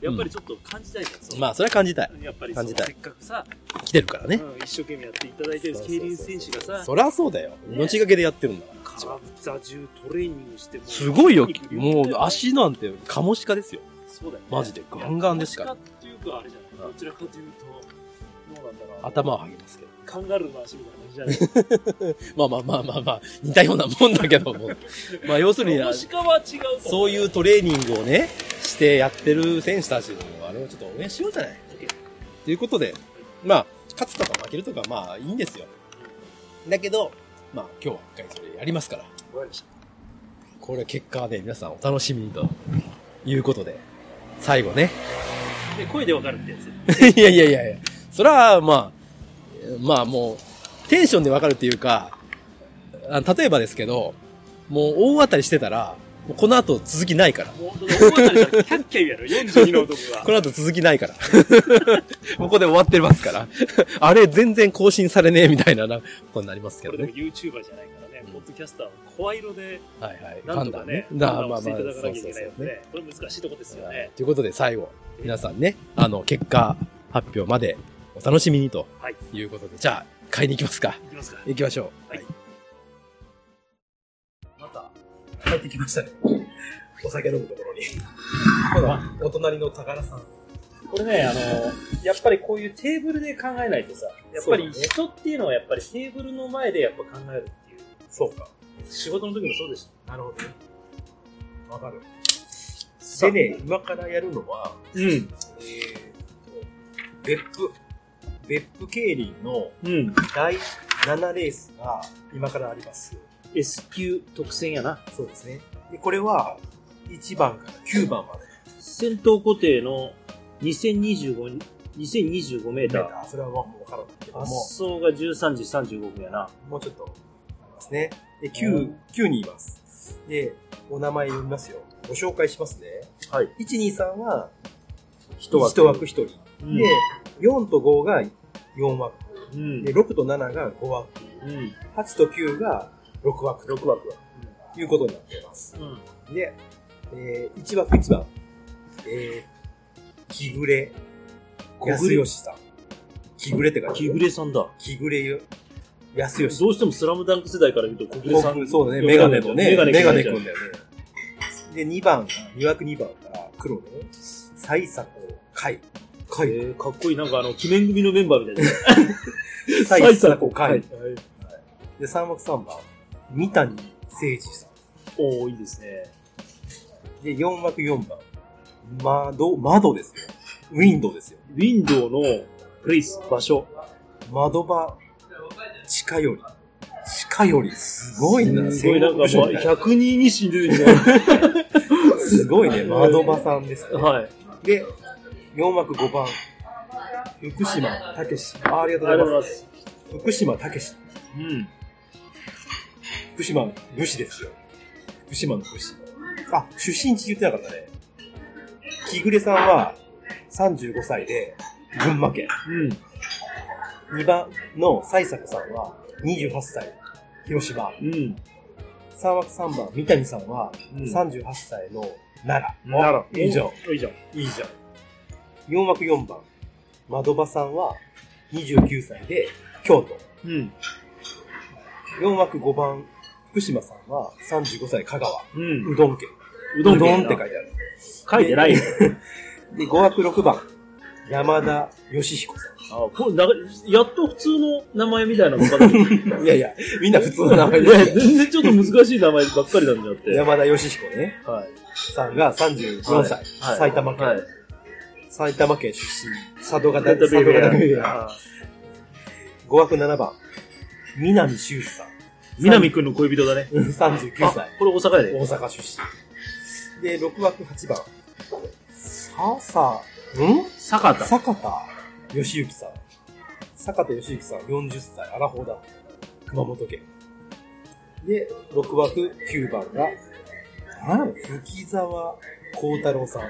やっぱりちょっと感じたいから、その
まあ、それは感じたい。
やっぱりそ
感
の
じたい
せっかくさ、
来てるからね。
うん一生懸命やっていただいてる競輪選手がさ、
そりゃそうだよ。命がけでやってるんだから。
カ座中トレーニングしても、
すごいよ。も
も
う
う
足なんて、カモシカですよ。
そうだよね、
マジでガンガンですから
どっちっていうか、あれじゃない、どちらかというと、どうなんだろう、
頭はげますけど。
カンガルーの足みたいな感じじ
まあまあまあまあまあ、似たようなもんだけども。 まあ要する
ゃ
に
ない、
な
も、しかは違うと思
そういうトレーニングをね、してやってる選手たちのあれをちょっと応援しようじゃない。ということで、まあ、勝つとか負けるとかまあいいんですよ。だけど、まあ今日は一回それやりますから。
わかりました。
これ結果はね、皆さんお楽しみにということで、最後ね。
で、声でわかるってやつ。
いやいやいやいや、それはまあ、えーまあもう、テンションでわかるっていうか、あ例えばですけど、もう大当たりしてたら、もうこの後続きないから。
もう、だから大当たりじゃん100件やろ、42の男が
こ。の後続きないから。 ここで終わってますから。 あれ全然更新されねえみたいななことになりますけ
こ
ど
れでも YouTuber
ね。
じゃないからね、ポッドキャスターは声色で、
はいはい。
なんとかね、判
判断だ
断
ま
を
あ
してい
まあ、
ただか
そ
な
う
きゃ
そ
いうけないの
そうね。
で、これ難しいとこですよ
はい
ね。
ということで最後、皆さんね、あの、結果発表までお楽しみにと
はい
いうことで、じゃあ、買いに行きますか。
いきますか。
行きましょう。
また、帰ってきましたね。お酒飲むところに。ほら、お隣の宝さん。
これね、あの、やっぱりこういうテーブルで考えないとさ、やっぱり人っていうのはやっぱりテーブルの前でやっぱ考えるっていう。
そうか。
仕事の時もそうでし
なるほどね。わかる。
た。
でね、今からやるのは、
うん。
えー、別府、別府競輪の
うん。
第7レースが今からあります。
S 級特選やな。
そうですね。でこれは、1番から9番まで。
先頭固定の2025、2025メーター。
それはもう分からないけども、
発
も
送が13時35分やな。
うちょっと、ですね。で、9、9にいます。で、お名前読みますよ。ご紹介しますね。
はい。
1、2、3は、
一枠
1枠1人。
うん
で、4と5が4枠。
うん
で、。6と7が5枠。
うん。
8と9が6枠。6枠ということになっています。
うん。
で、えー、1枠1番、えー、木暮安
れ
吉さん。木暮って書いて
木
ある。
暮さんだ。
木暮よ安吉。
どうしてもスラムダンク世代から言うと小暮さん。
そうだね、メガネのね、
メガネ君
メガネ君だよね。で、2番が、2枠2番が黒ね、西迫海。
え
海。
ー、かっこいい。なんかあの、記念組のメンバー みたいな。
西迫海。
はい
で、3枠3番、三谷誠二さん。
おー、いいですね。
で、4枠4番。窓、窓ですよ。ウィンドウですよ。
ウィンドウのプレイス、場所。
窓場、近寄り。近寄り。すごいな。
すごいなんかもう、
戦国武将
100人に死んでるみたいな。
すごいね。窓場さんですね。
はい。
で、4枠5番。福島武史。あありがと
ありがとうご
うご
ざい
ざいま。
ますす。
福島武史。
うん。
福島武士ですよ。福島の武士。あ、出身地言ってなかったね。木暮さんは35歳で、群馬県。
うん。
2番の西坂さんは28歳、広島。
うん。
3枠3番、三谷さんは
うん
38歳の奈良。
な
おいいじゃん。
いいじゃん。
いいじゃん。4枠4番、窓場さんは29歳で京都。
うん。
4枠5番、福島さんは35歳香川。
うん。
うどん県。
うどん
って書いてある。
書いてないよ。
で、5枠6番、山田義彦さ
あ、これ、なんか、やっと普通の名前みたいなのかな。い
ん。いやいや、みんな普通の名前
や、
ですよ。
全然ちょっと難しい名前ばっかりなんだって。
山田義彦ね、
はい。
さんが34歳、
はい
埼玉県、
はい。
埼玉県出身、佐渡型、
データ
佐
ベ
渡
イベ
型
ー
ビ
や
ア。5枠7番、南修二さん、
南くんの恋人だね。
うん39歳
あ、これ大阪やで。
大阪出身。で、6枠8番、笹、ん
坂田。
坂田義行さん。坂田義行さん、40歳、アラフォーだ。熊本県。で、6枠9番が、なんやろ、吹沢幸太郎さん。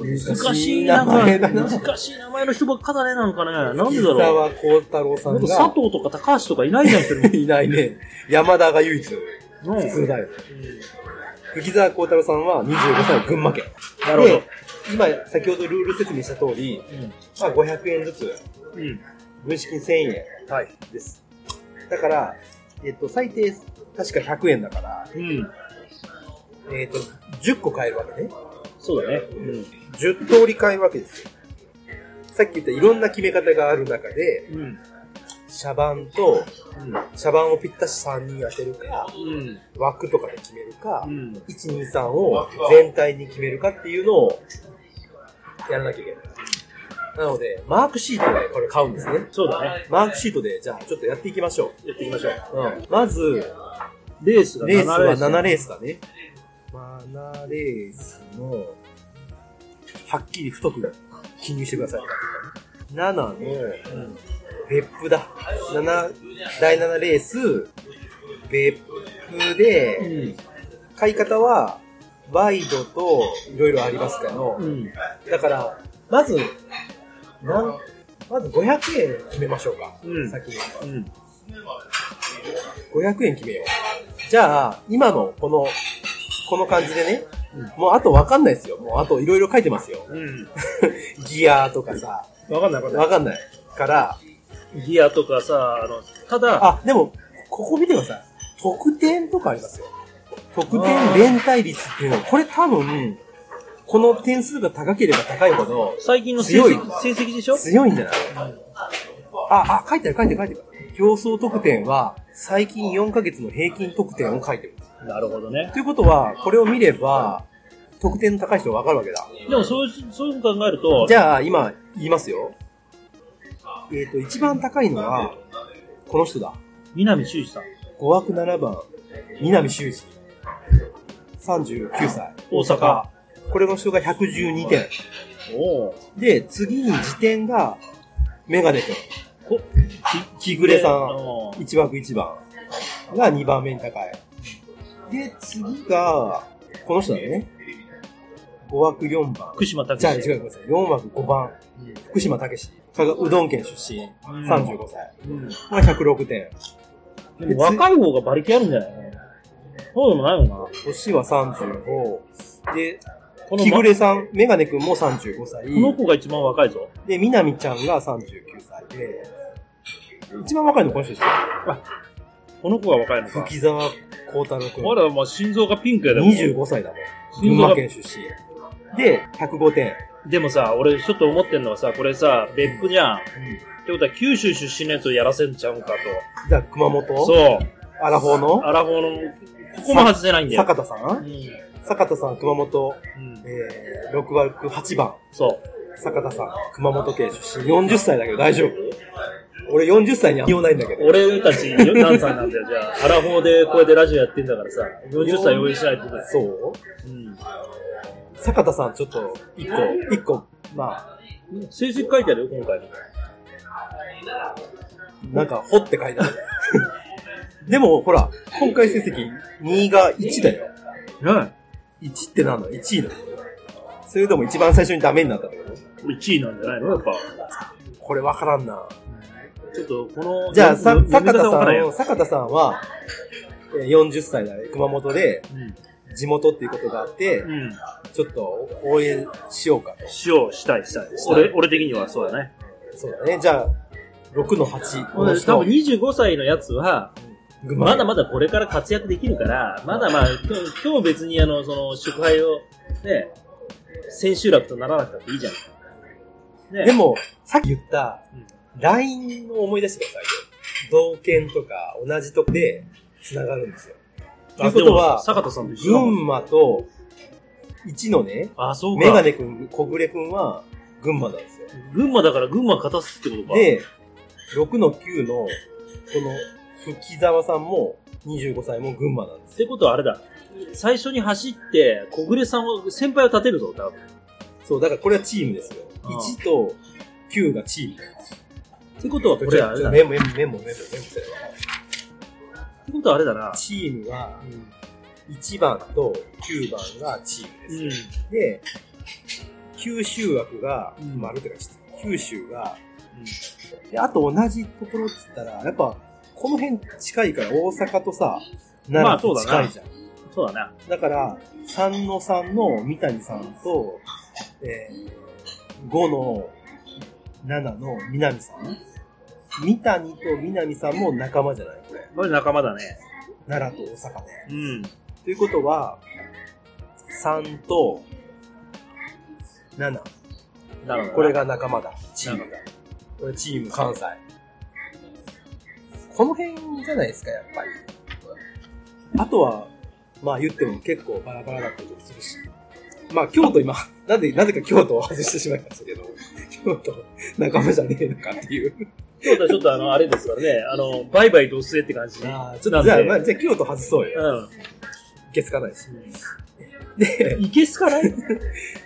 難しい名
名前
前、
だな。
難しい名前の人ばっかだね、なんかね。なんでだ
吹
ろう。
沢幸太郎さ
なん
ん
か佐
が、
藤とか高橋とかいないじゃん、一人も
いないね。山田が唯一、
うん
普通だよ。吹沢幸太郎さんは25歳、群馬県。
なるほど
で。今、先ほどルール説明した通り、まあ、500円ずつ、
うん。
軍資金1000円
はい。
です。だから、えっと、最低、確か100円だから、
うん。
えっと、10個買えるわけね。
そうだね。
10通り買えるわけですよ。さっき言ったいろんな決め方がある中で、
うん。
シャバンと、シャバンをぴったし3人当てるか、
うん。
枠とかで決めるか、
うん。
1、2、3を全体に決めるかっていうのをやらなきゃいけない。なので、マークシートでこれ買うんですね。
そうだね。
マークシートで、じゃあちょっとやっていきましょ
やっていきましょう。
う。うん、まず、
レースが7
レースは
ね
7レースだね。7レースの、はっきり太く記入してください。7の、別府だ。7、第7レース、別府で、買い方は、ワイドといろいろありますけど、
うん。
だから、まず、なんまず500円決めましょうか。
うん
先に。
うん。
500円決めよう。じゃあ、今のこの、この感じでね、もうあとわかんないですよ。もうあといろいろ書いてますよ。ギアとかさ、
わかんないわかんな
わかんないから、
い。ギアとかさ、あの、ただ、
あ、でも、ここ見てください。得点とかありますよ。得点連帯率っていうのは、これ多分、この点数が高ければ高いほど、
最近の成績
強
成績でしょ
強いんじゃないあ、あ、書いてある書いてある書いてある。競争得点は、最近4ヶ月の平均得点を書いてる。
なるほどね。
ということは、これを見れば、得点の高い人がわかるわけだ。
でも、そういう、そういうの考えると、
じゃあ、今、言いますよ。えっ、と、一番高いのは、この人だ。
南修二さん、
5枠7番、南修二。39歳。
大阪。
これの人が112点。
おお。
で、次に次点が、メガネ君。
こ
日暮さ
お
ん、1枠1番が2番目に高い。で、次が、この人だね。5枠4番。
福島拓
じゃあ、
司。
違うごめんなさい。4枠5番、福島武史。香川うどん県出身、
うん
35歳。これ106点。
でも若い方が馬力あるんじゃないのそうでもないもんな。
年は35。で、
この
木
ま、
暮さん、メガネ君も35歳。
この子が一番若いぞ。
で、みなみちゃんが39歳で、一番若いのこの人ですよ。
この子が若いのか。
吹沢幸太郎君。
まだまあ心臓がピンクやでも。
25歳だもん。群馬県出身。で、105点。
でもさ、俺ちょっと思ってんのはさ、これさ、別府じゃん。ってことは九州出身のやつをやらせんちゃうんか
じゃあ、熊
と。
本
そう。
アラフォーの
アラフォーの、ここも外せないんだよ。
坂田さん
う
坂田さん、熊本、
ん。うん。
えー、6枠8番。
そう。
坂田さん、熊本県出身。40歳だけど大丈夫俺40歳には何もないんだけど。
俺たちよ何歳なんだよ、じゃ あ。アラフォーでこうやってラジオやってんだからさ、40歳応援しないと。
そう
うん。
坂田さん、ちょっと、一個、一個、ま
成績書いてあるよ、今回の。
あ、なんか、ほって書いてある。 でも、ほら、今回成績、2が1だよ。1ってなんだ ?1 位だよ。それでも一番最初にダメになったってこと
うん。1位なんじゃないのやっぱ。
これわからんな。
ちょっと、この、
じゃあ、さ
読み
坂
方
田さ
わから
ん
よ
を、坂田さんは、えー40歳だね、熊本で、地元っていうことがあって
う、ん。うん。
ちょっと応援しようかと。
しよう、したい、したい。俺、俺的にはそうだね。
そうだね。じゃあ、6の8。
多分25歳のやつは、
群馬
まだまだこれから活躍できるから、まだまあ、今日今日別にあの、その、祝杯を、ね、千秋楽とならなくたっていいじゃん。ね、
で、も、さっき言った
うん、
LINE を思い出してくださいよ。同県とか同じとこで繋がるんですよ。とい
あ
うことは
でも坂田さんと一緒だもん
群馬と、1のね、
あ、そうか。
メガネくん、小暮くんは群馬なんですよ。
群馬だから群馬勝たすってことか。
で、6の9の、この、吹沢さんも、25歳も群馬なんです
ってことはあれだ。最初に走って、小暮さんを、先輩を立てるぞ、多分。
そう、だからこれはチームですよ。
うん
1と9がチームなんですよ。ってことは、こ
これ
れ
あれだ
メモ、メモ、メモ、メモ、メモ、
てことはあれだな。
チームは、1番と9番がチームです。
う
で、九州枠が、
うん
まあ、あるってか知ってる九州が、であと同じところっつったら、やっぱ、この辺近いから大阪とさ、
まあ
奈
そ
良
う
と
だ
近
ない
じゃん。
ん。そうだな。
だから、3の3の三谷さんと、えー、5の7の南さん。三谷と南さんも仲間じゃないこれ。
これ仲間だね。
奈良と大阪で。
うん。
ということは、3と7。
なるほど。
これ。が仲間だ。チームだ。これチーム関西。この辺じゃないですか、やっぱり。あとは、まあ言っても結構バラバラだったりもするし。まあ京都今、 なぜ、なぜか京都を外してしまいましたけど、京都仲間じゃねえのかっていう。
今日はちょっとあの、あれですからね。あの、バイバイ同末って感じ。
ああ、ちょっとじ
な
ゃ
ん
あ、
で
まあ、じゃあ京都外そうよ。
うん。
いけつかないし。
いけすかない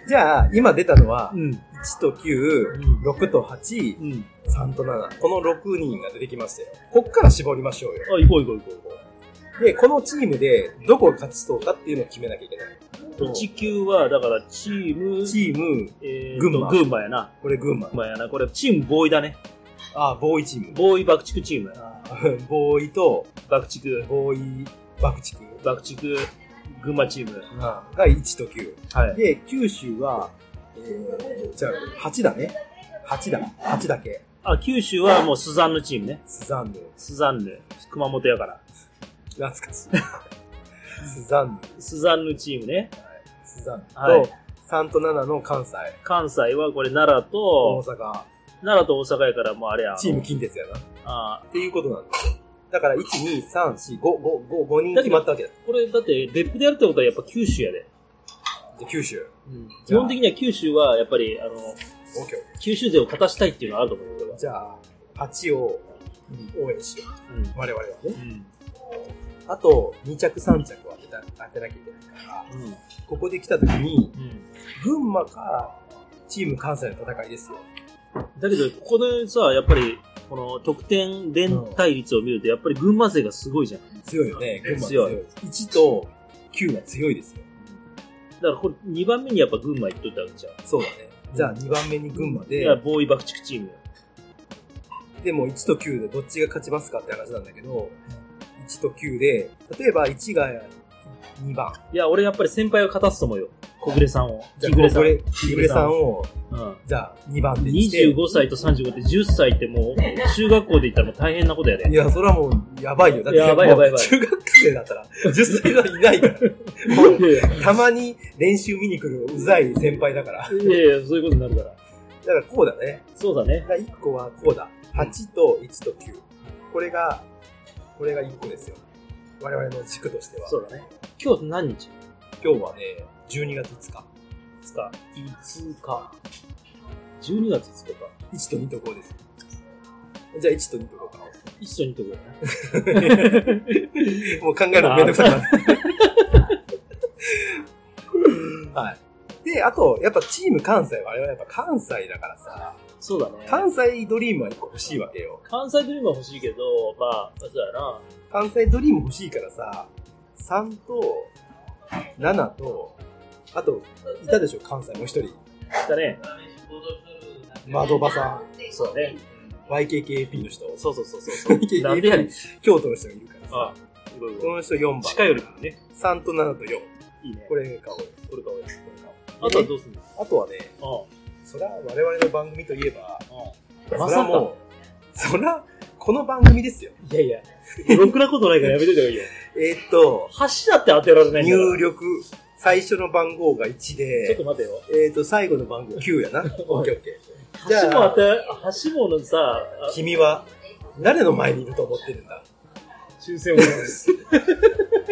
じゃあ、今出たのは、
ん。
1と9、6と8、
うん。
3と7。この6人が出てきましたよ。こっから絞りましょうよ。
あ、行こう行こう行こう行こ
で、このチームでどこが勝ちそうかっていうのを決めなきゃいけない。
う。地球は、だからチーム、
チーム、
えー
群馬
群馬やな。
これ群馬。
群馬やな。これ、チームボーイだね。
あボーイチーム。
ボーイ爆竹チームやな。
ボーイと、
爆竹、
ボーイ爆竹
爆竹、群馬チーム。
が1と9。
はい。
で、九州は、えー、じゃあ8だね。8だ。8だけ。
あ、九州はもうスザンヌチームね。
スザンヌ。
スザンヌ。熊本やから。
懐かし い。スザンヌ。
スザンヌチームね。
スザンヌ。
はい
と、3と7の関西、
関西はこれ奈良
大
と、
阪、
奈良と大阪やからもうあれや。
チーム近鉄やな。っ
あ
ていうことなんですよ。だから、1、2、3、4、5、5、5、5人決まったわけだ。
ーこれだって別府でやるってことはやっぱ九州やで。
で九州。
基本的には九州はやっぱり、あの、
オッケー
九州勢を勝たしたいっていうのはあると思うけど。
じゃあ、8を応援しよう。
うん。
我々はね。
うん。
あと、2着3着を当てた当てなきゃいけないから、ここで来た時に、
うん。
群馬かチーム関西の戦いですよ。
だけど、ここでさ、やっぱり、この得点連対率を見ると、やっぱり群馬勢がすごいじゃん。
強いよね、群馬は
強い
1と9は強いですよ。
だからこれ2番目にやっぱ群馬行っといたんじゃん。
そうだね。じゃあ2番目に群馬
いや、
で、
ボーイ爆竹チームよ。
でも1と9でどっちが勝ちますかって話なんだけど、1と9で、例えば1が2番、
いや、俺やっぱり先輩を勝たすと思うよ。小暮さんを。
じゃ
木暮
あ
さ
こ
ん。
れ、木暮さんを、
うん。
じゃあ2番でして、
25歳と35って10歳ってもう、中学校で行ったらもう大変なことやで
い。や、それはもう、やばいよ。だって、
やばいやばいやばい
中学生だったら、10歳はいな いから。もう、
いやいや、
たまに練習見に来るうざい先輩だから。
いやいやそういうことになるから。
だからこうだね。
そうだ
だ
ね。
から1個はこうだ。8と1と9。これが、これが1個ですよ。我々の軸としては。
そうだね。今日何日
今日はね、12月5日。
ですか ?5 日。12月5日か。
1と2と5です。じゃあ1と2と5か。
一緒に行っとこうね。
もう考えるのめんどくさく なった。はい。で、あと、やっぱチーム関西は、あれはやっぱ関西だからさ、
そうだね。
関西ドリームは一個欲しいわけよ。
関西ドリームは欲しいけど、まあ、そうやな。
関西ドリーム欲しいからさ、3と、7と、あと、いたでしょ、関西もう一人。
だね。
窓場さ
そうだね。
ん、YKKP の人、
そうそうそうそう。
YKKP
なんでやねん。
京都の人がいるから
あ
さ、
いこい
こ
こ
の人4番。
う近寄るからね。
3と7と4。
いいね。
これか、
これか、俺。
俺
あとはどうすんの
あとはね、
う
そら我々の番組といえば、
ん。
そらもう、そら、この番組ですよ。
う。いやいや。ろくなことないからやめといた方がいいよ。
えーっと、
橋だって当てられないんだから
入力、最初の番号が1
ちょっと
で、
待てよ。
えーっと、最後の番号9や な。オッケーオッケー。じ
橋
ゃ
も当
あ、
て、橋ものさ、あ
君は、誰の前にいると思ってるんだ
抽選王様です。抽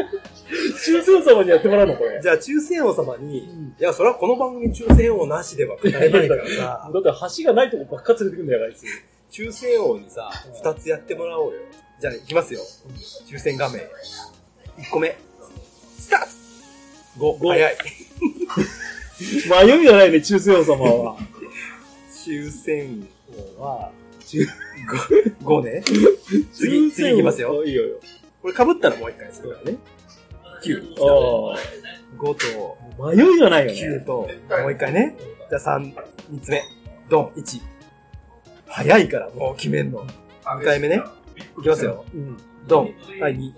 選王様にやってもらうのこれ。
じゃあ、抽選王様に、いや、そらこの番組抽選王なしでは語れないから
だ
さ
っ、て橋がないとこばっか連れてくんだよ、あいつ。
抽選王にさ、2つやってもらおうよ。じゃあ、いきますよ。抽選画面。1個目。スタート !5。
五
早い。
迷いがないね、中世王様 は。
抽選王は、5ね。次、
抽選王
次いきますよ。
いいよよ。
これ被ったらもう一回するからね。9。5と、
ああ、迷いがないよね。
9と、もう一回ね。じゃあ3、3つ目。ドン、1。早いから、もう決めんの。2回目ね。いきますよ。
うん。
ドン、はい、2。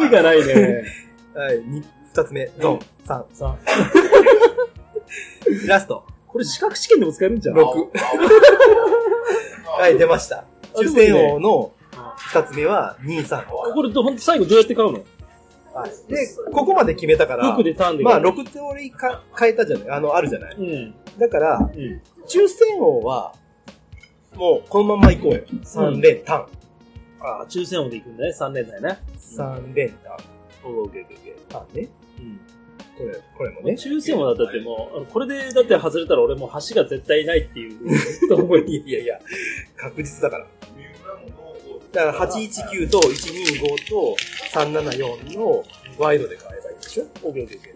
迷いがないね。
はい、2、2つ目。ドン、3。
さあ、
ラスト、
これ資格試験でも使えるんじゃん。
6。はい、出ました。
で
抽
もね
選王の2つ目は、2、3。
これ、ほんと最後どうやって買うの
はい。で、ここまで決めたから
服、でターンで。
まあ、6通りか変えたじゃないあの、あるじゃない
うん。
だから、
うん。
抽選王は、もう、このまんま行こうよ。3連単。
ああ、抽選王で行くんだね、3連台ね。
3連単。
オーケーオーケーオーケ
単ね。
ー。うん。
これ、これも
ね、
ね。
抽選はだってもう、あのこれでだって外れたら俺もう橋が絶対ないっていう、 と思い
いやいやいや、確実だから。だから、819と125と374のワイドで買えばいいでしょ
オーケーオーケーオーケー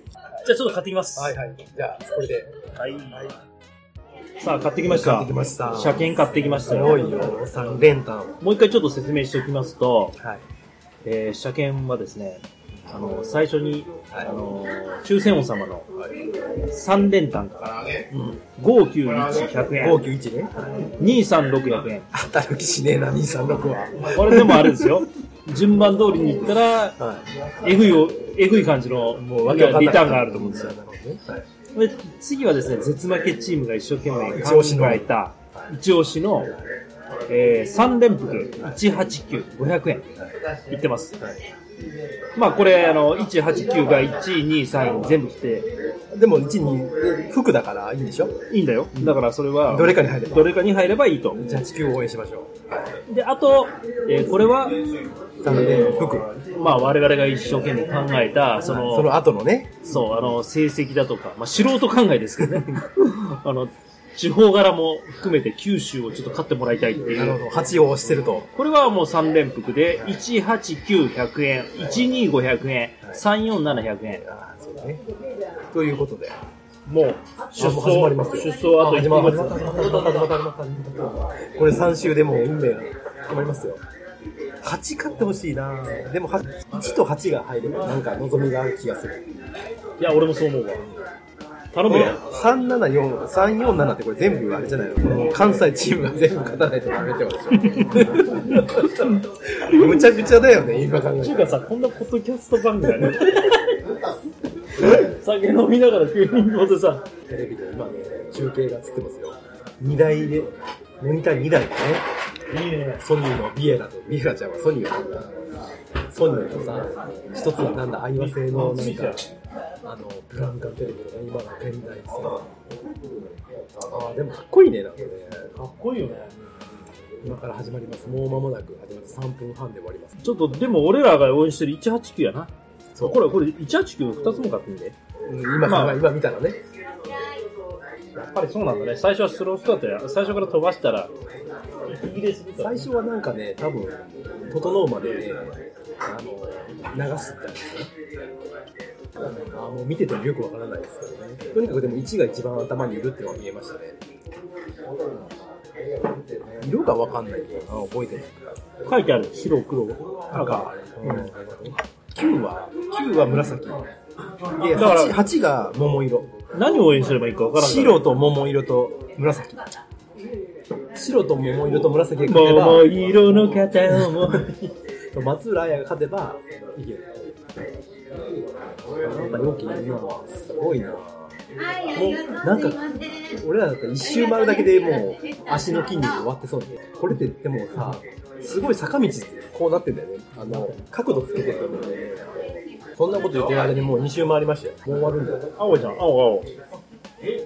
じゃあちょっと買ってきます。
はいはい。じゃあ、これで。
はい。さあ、買ってきまし
買ったてき。ました。
車検買ってきました
す
よ。
ごいよ。3連単。は
もう一回ちょっと説明しておきますと、
い。
えー車検はですね、あの、最初に、
はい
あの、抽選王様の3連単から、
うん。
591100円、
591ね。
236100円。
当たる気しねえな、236は。
これでもあれです よ。順番通りに行ったら、
は
えぐいお、えぐい感じの、
い。もう、わけわかんな
リ
い。
ターンがあると思うんですよ
な。るほどね。はい。
で次はですね、絶負けチームが一生懸命
一押しの
考えた、一押しの、えー、3連複、189、500円、いってます。まあこれ、あの、189が1、2、3全部来て
でも、1、2、服だからいいんでしょ
いいんだよ。だからそれは、
どれかに入れば
どれかに入ればいいと。
じゃあ、地球を応援しましょう。はい。
で、あと、えーこれは、
なので、服。
まあ我々が一生懸命考えた、その、
その後のね、
そう、あの、成績だとか、まあ、素人考えですけ どね。あの、地方柄も含めて九州をちょっと勝ってもらいたいってい
なる
う
ほ。ど、8を押してると。
これはもう3連複で、189100円、12500円、34700円。
ああ、そうだね。ということで。
もう、出
あもう始まりま
走、
すよ
出走あと
始
1
ま
ヶ
る始ま
月。
る始まる始まる始まる始まるこれ3週でもう運命が決まりますよ。8買ってほしいなでも8、1と8が入ればなんか望みがある気がする。
いや、俺もそう思うわ。頼
こ
む
の
よ。
374、347ってこれ全部あれじゃないのこの関西チームが全部勝たないとダメってことでしょ むちゃくちゃだよね、今考え
ってていうかさ、こんなポッドキャスト番組だ ね。酒飲みながら急にこうでさ、
テレビで今ね、中継が映ってますよ。2台で、モニター2台でね、
いいね。
ソニーのビエラと、ビエラちゃんはソニーをなんだソニーとさ、一つはなんだ、愛和製のなんか、あの、ブラウン管テレビとか、今の現代ですよ。ああ、でもかっこいいね、なんかね。
かっこいいよね。
今から始まります。もう間もなく始まります。3分半で終わります。
ちょっと、でも俺らが応援してる189やな。
そう
これ、これ、189を2つも買ってんで。
うん今、
まあ
今見たらね。
やっぱりそうなんだね。最初はスロースタートや。最初から飛ばしたら、イギリスみたいな
最初はなんかね、多分、整うまでね、あの、流すってあるんですね。あもう見ててもよくわからないですけどね。とにかくでも1が一番頭にいるっていうのは見えましたね。色がわかんないけどな、覚えてない。
書いてある。白、黒、赤。
うん、9は、9は紫。で、
だから
8, 8が桃色。
何を応援すればいいかわからんから。
白と桃色と紫。白と桃色と紫で勝てば
桃、色の方も。
松浦綾が勝てばいける。なんか良きな、今は。すごいな。もう、なんか、俺らだったら一周回るだけでもう、足の筋肉終わってそうだね。これって、でもさ、すごい坂道ってこうなってんだよね。あの、角度つけてるんだよね。そんなこと言ってる間にもう2周回りましたよ。もう終わるんだよ。
青じゃん、青、青。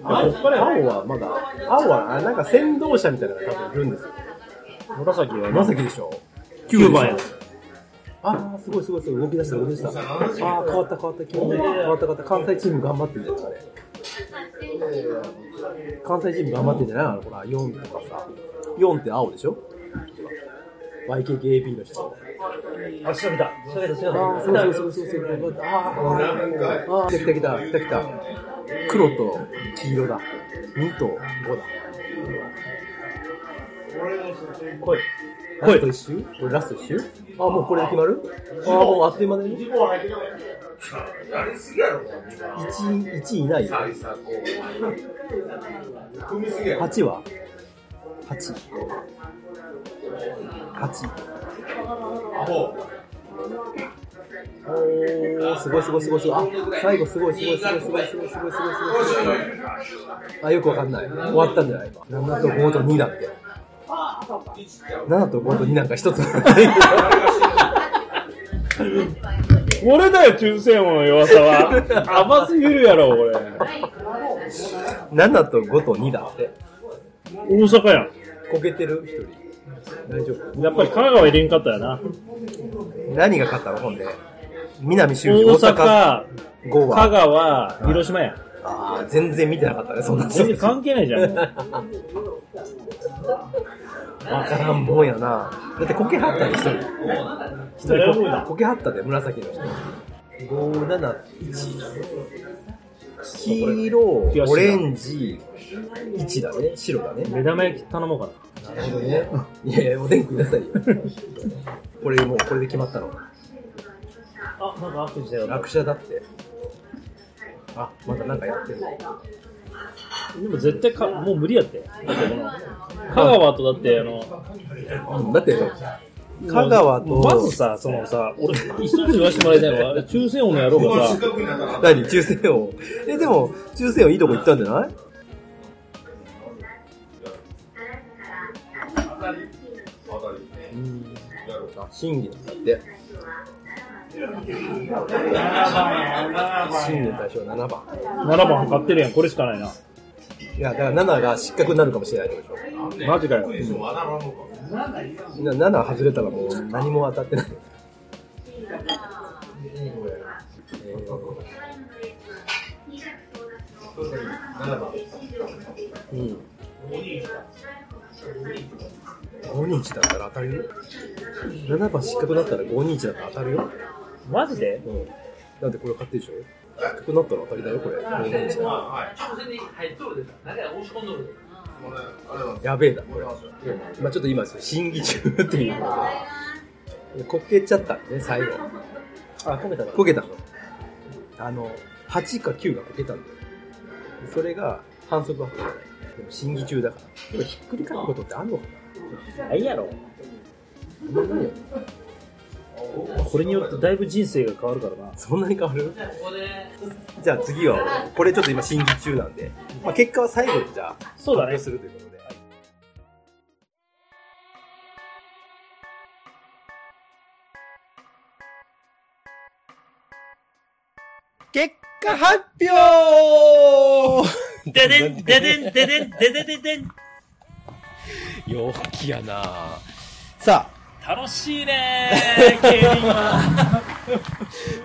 青はまだ、青は、あなんか先導車みたいなのが多分いるんですよ。
紫は今、
紫でしょ
9番や。
あー、すごいすごいすごい。動き出した、動き出した。あー、変わった変わった。変わった変わった。関西チーム頑張ってんじゃないですかね。関西チーム頑張ってんじゃないあの、ほら、4とかさ。4って青でしょ ?YKKAB の人。
あ、調べた。調べた、調
ああ、そうそうそうそうそう。ああ、ああ、来た来た来た来た来た。黒と黄色だ。2と5だ。
来い。
ラスト一周これラスト一周ああ、もうこれで決まるああ、もうあっという間だね。1、一位いないよ。8は ?8。8。おー、すごいすごいすごいすごい。あ、最後すごいすごいすごいすごいすごいすごいすごいすごいすごい。あ、よくわかんない。終わったんじゃない今。7と5と2だって。7と5と2なんか一つもない。
これだよ、抽選王の弱さ は。甘すぎるやろ、これ。
7と5と2だって。
大阪や
こけてる一人。大丈夫
ん。やっぱり神奈川入れんかったよな。
何が勝ったのほんで。南
大
修二、
阪、
5
香
は。
川、広島やん。
ああ、全然見てなかったね、そんな
全然関係ないじゃん。
わからんもんやな。だって、コケハッタで一人。一人コケハッタで、紫の人。5、7、1。黄色、オレンジ、1だね。白だね。
目玉焼き頼もうかな。
なるほどね。いやいや、おでんくださいよ。これ、もう、これで決まったの。
あ、なんかアクセスしたよ。
楽者だって。あ、まだなんかやってる。
でも絶対か、もう無理やって。だってこの、香川とだって、あの、
うん、だって、香川と、
まずさ、そのさ、俺、一つ言わせてもらいたいのは、抽選王の野郎がさ、
何中世王。え、でも、中世王いいとこ行ったんじゃないうん。あ信玄だって。信玄大将7番。
7番買ってるやん、これしかないな。
いや、だから7が失格になるかもしれないってことで
マジかよ。
しょ。な7外れたらもう何も当たってない。えーうん。521だったら当たるよ。7番失格だったら521だったら当たるよ。
マジで
うん。だってこれ買ってるでしょ失格になったら当たりだよ、これ。521。やべえだ、これ。まあちょっと今、審議中っていう。こけちゃったね、最後。
あ、込めたな。
こけたの。あの、8か9がこけたんだよ。それが反則はこけない。でも審議中だから。でもひっくり返ることってあんのか
ないやろ。
なあんまないよね
これによってだいぶ人生が変わるからな。
そんなに変わるじゃあ次は、これちょっと今審議中なんで、まあ、結果は最後にじゃあ、
そうだ
発
ね
表。するということで。
結果発表
ででん、ででん、ででん、ででででん。
陽気やなさあ、
楽しいねー、競輪は。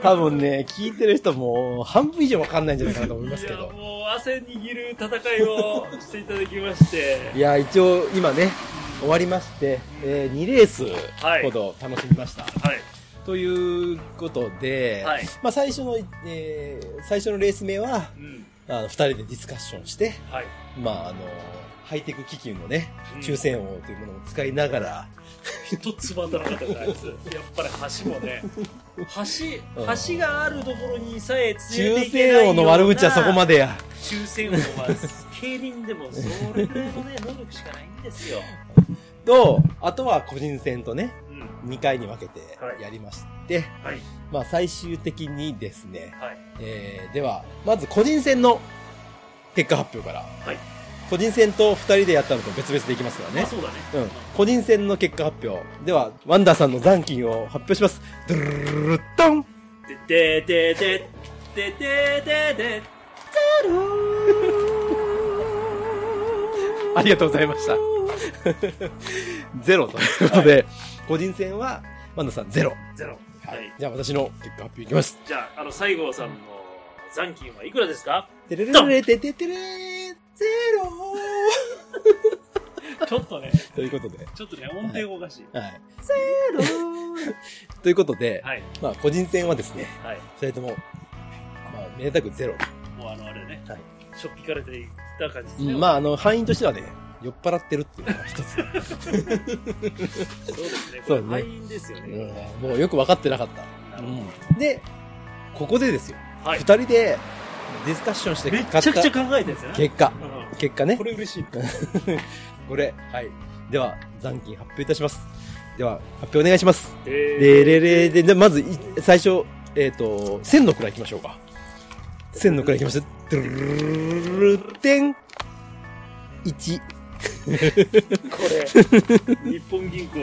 多分ね、聞いてる人も半分以上わかんないんじゃないかなと思います
い
け
や、
ど。
もう汗握る戦いをしていただきまして。
いや、一応今ね、終わりまして、え2レース
はい
ほど楽しみました。
はい。
ということで、
はい
まあ最初の、えー最初のレース目は、
うん。
あの、二人でディスカッションして、
はい。
まああの、ハイテク機器のね、
うん
抽選王というものを使いながら、
一つまんなかったからあいつやっぱり橋もね
うん
橋橋があるところにさえ連れて
抽
いけない
選王の悪口はそこま
で
でや。
抽選王は競輪でもそれぐらいのね能力しかないんですよ、
と、あとは個人戦とね、
うん、
2回に分けて
はい
やりまして、
はい
まあ最終的にですね、
はい
えーでは、まず個人戦の結果発表から。
はい
個人戦と2人でやったのと別々でいきますからね
あ。そうだね
うん。個人戦の結果発表。では、ワンダーさんの残金を発表します。ドゥルルルルルッドン
でででででででで
ありがとうございました。ゼロということで、個人戦は、ワンダーさんゼロ。
ゼロはい
じゃあ私の結果発表いきます。
じゃああの西郷さんの残金はいくらですか
てれれれれてててれーゼロ
ちょっとね、
ということで。
ちょっとね、音程がおかしい。
はい。ということで、
はい、
まあ、個人戦はですね、
はい。
それとも、まあ、めでたくゼロ。
もうあの、あれね、
はい
しょっぴかれていった感じです
う
ね。
んまあ、あの、敗因としてはね、酔っ払ってるっていうのが一つ。
そうですね。
そうね
これ敗因ですよ
う
ね。
んもうよく分かってなかった。うんで、ここでですよ。
は
二
い。
人でディスカッションして
めっち
勝
ゃ
っ
くちゃ
た
考えたやつよね。
結果。
う
結果ね
ん。こ。れ嬉しい。
これ、はい。では、残金発表いたします。では、発表お願いします。
え
で、れれで、でまずい、最初、えっ、と、千の位行きましょうか。千の位行きましょう。ドゥルルルルテン1。
これ、日本銀行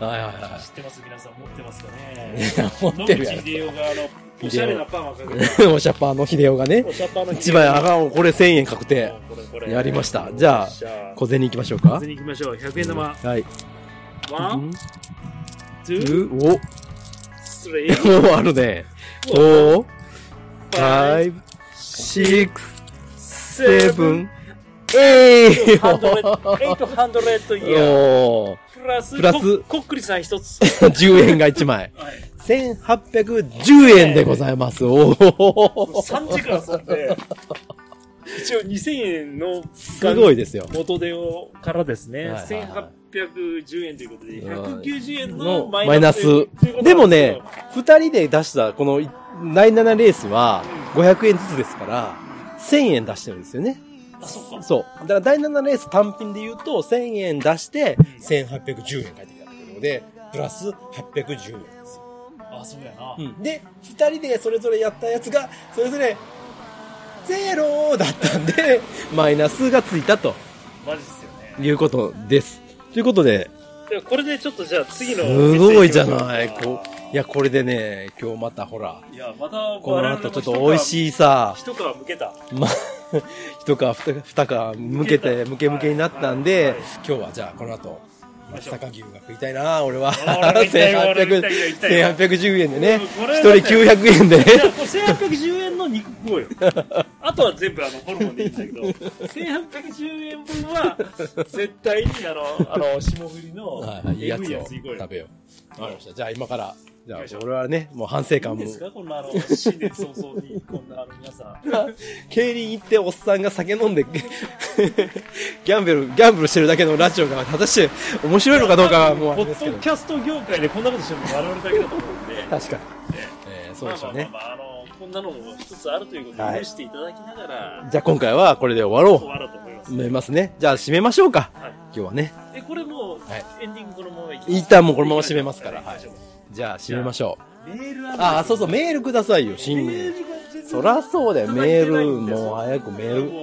の、
はいはい
知ってます皆さん持ってますかね。
はい。持
野
ってる
口
やん
秀夫が、あの、おしゃれなパンをかけて、
おしゃぱの秀夫がね
お、しゃパンの
一枚、あかん、これ1000円確定。
これこれ
やりました。じゃあ、小銭行きましょうか
小。銭行きましょう。100円玉、
はい。
ワン、ツー、
うお、
スリー、
おあるね。4、5、6、
セブン、
7、8。
ハンドレッド、ハンドレッドイヤー、
おー
プラス、
プラス
こ、こっくりさん一つ。
10円が1枚。
はい
1810円でございます。おお
3時間遊んで、一応2000円の
すご
い
いですよ。
元手をからですね、
はいはいは
1810円ということで、
うん
190円の
の
マ
マ
イ
イ
ナ
ナ
ス。
ス
ということなんすけど
でもね、2人で出したこの第7レースは500円ずつですから、1000円出してるんですよね。
あ、そっか。
そう。だから第7レース単品で言うと、1000円出して、1810円返ってきたということで、プラス810円ですよ。
あ、そうやな。
で、2人でそれぞれやったやつが、それぞれ、ゼロだったんで、マイナスがついたと
マジっすよね。
いうことです。ということで、
でもこれでちょっとじゃあ次の。
すごいじゃない。
メッセージを
こう、いや、これでね、今日またほら、
いや、また、
この後ちょっと美味しいさ、
一皮向けた。
ま、一皮二二皮向けて、ムケムケになったんで、
はいはい
今日はじゃあこの後、松阪牛が食いたいな、俺は。
俺も行きたい俺も行きたい行きたい
1800 1810円でね、
こ
一
れ
人900円でね
い。や、これ1810円の肉食お うよ。あとは全部あの、ホルモンでいいんだけど、1810円分は、絶対にあの、あの、霜降りの
はいはい、いいや
えぐ
つ
いや
を
つ行こうよ
食。べよう。わかりました。じゃあ今から、じゃ
よいし
あ
ょ
俺はね、もう反省
いい
感
ん
も
で。すかこんなあの、新年早々に、こんなあの、皆さん。
競輪行っておっさんが酒飲んで、 ギャンブル、ギャンブルしてるだけのラジオが果たして面白いのかどうかはもうあ
ポ
れですけ
ッ
ど
ド。キャスト業界でこんなことしてるの我々だけだと思うんで、
確かに。えー、そうでし
ま
た
あまあ
ね。
まあまあ、あの、こんなのも一つあるということ
は
で
い
許していただきながら、
じゃあ今回はこれで終わ
終
ろ
わろうと思いま
う。
す。
思いますね。じゃあ締めましょうか。
はい
今日はね。
え、これもう、
はい
エンディングこのままいき
一旦もうこのまま締めますから。はい
行きましょう。
じゃあ締めましょう。
メール
あ
あ
あ、そうそう、メールくださいよ、新年。そらそうだよ、メール。もう早くメール。
ル。
メ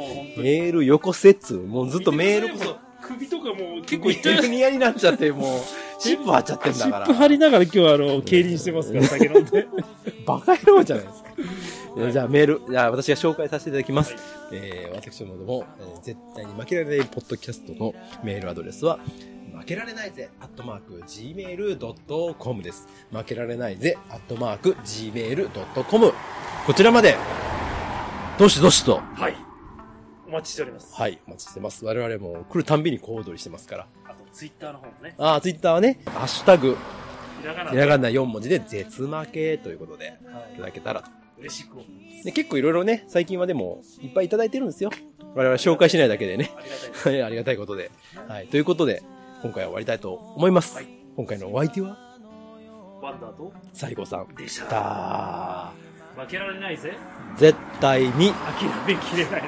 ールよこせっつう。もうずっとメールこ
こ
そ
そ。。首とかもう結構いっちゃう。
ニヤになっちゃって、もう、チップ貼っちゃってんだから。
りながら今日はあの、競輪してますから、酒飲んで。
バカ野郎じゃないですか。 えーじゃあメール、じゃあ私が紹介させていただきます。
はい
えー私どもども、えー絶対に負けられないポッドキャストのメールアドレスは、負けられないぜ、アットマーク、gmail.com です。負けられないぜ、アットマーク、gmail.com。こちらまで、どしどしと、
はい。お待ちしております。
はい、お待ちしてます。我々も来るたんびに小躍りしてますから。
あと、ツイッターの方もね、
あー、ツイッターはね、ハッシュタグ、
ひらがな
ひ
で
らがな4文字で、絶負けということで、いただけたらと
嬉しく思います。
で結構いろいろね、最近はでも、いっぱいいただいてるんですよ。我々紹介しないだけでね。
あ
は
りがたいです。
い、ありがたいことで。はい、ということで、今回は終わりたいと思います。
はい
今回のお相手は、
ワンダーと、
西郷さん
で
で
し
したた。
負けられないぜ。
絶対に、
諦めきれないぞ。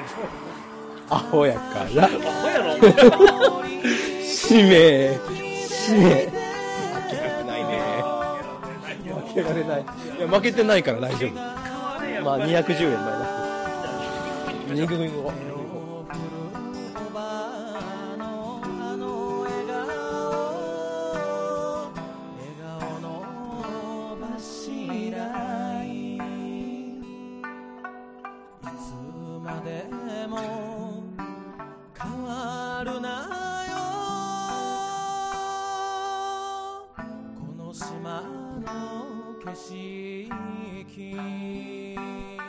アホやから、
アホやろ、お 前
使命、使命。諦めないね。負けられない。いや、負けてないから大丈夫。まあ、210円マイナスです。2組も。
この島の景色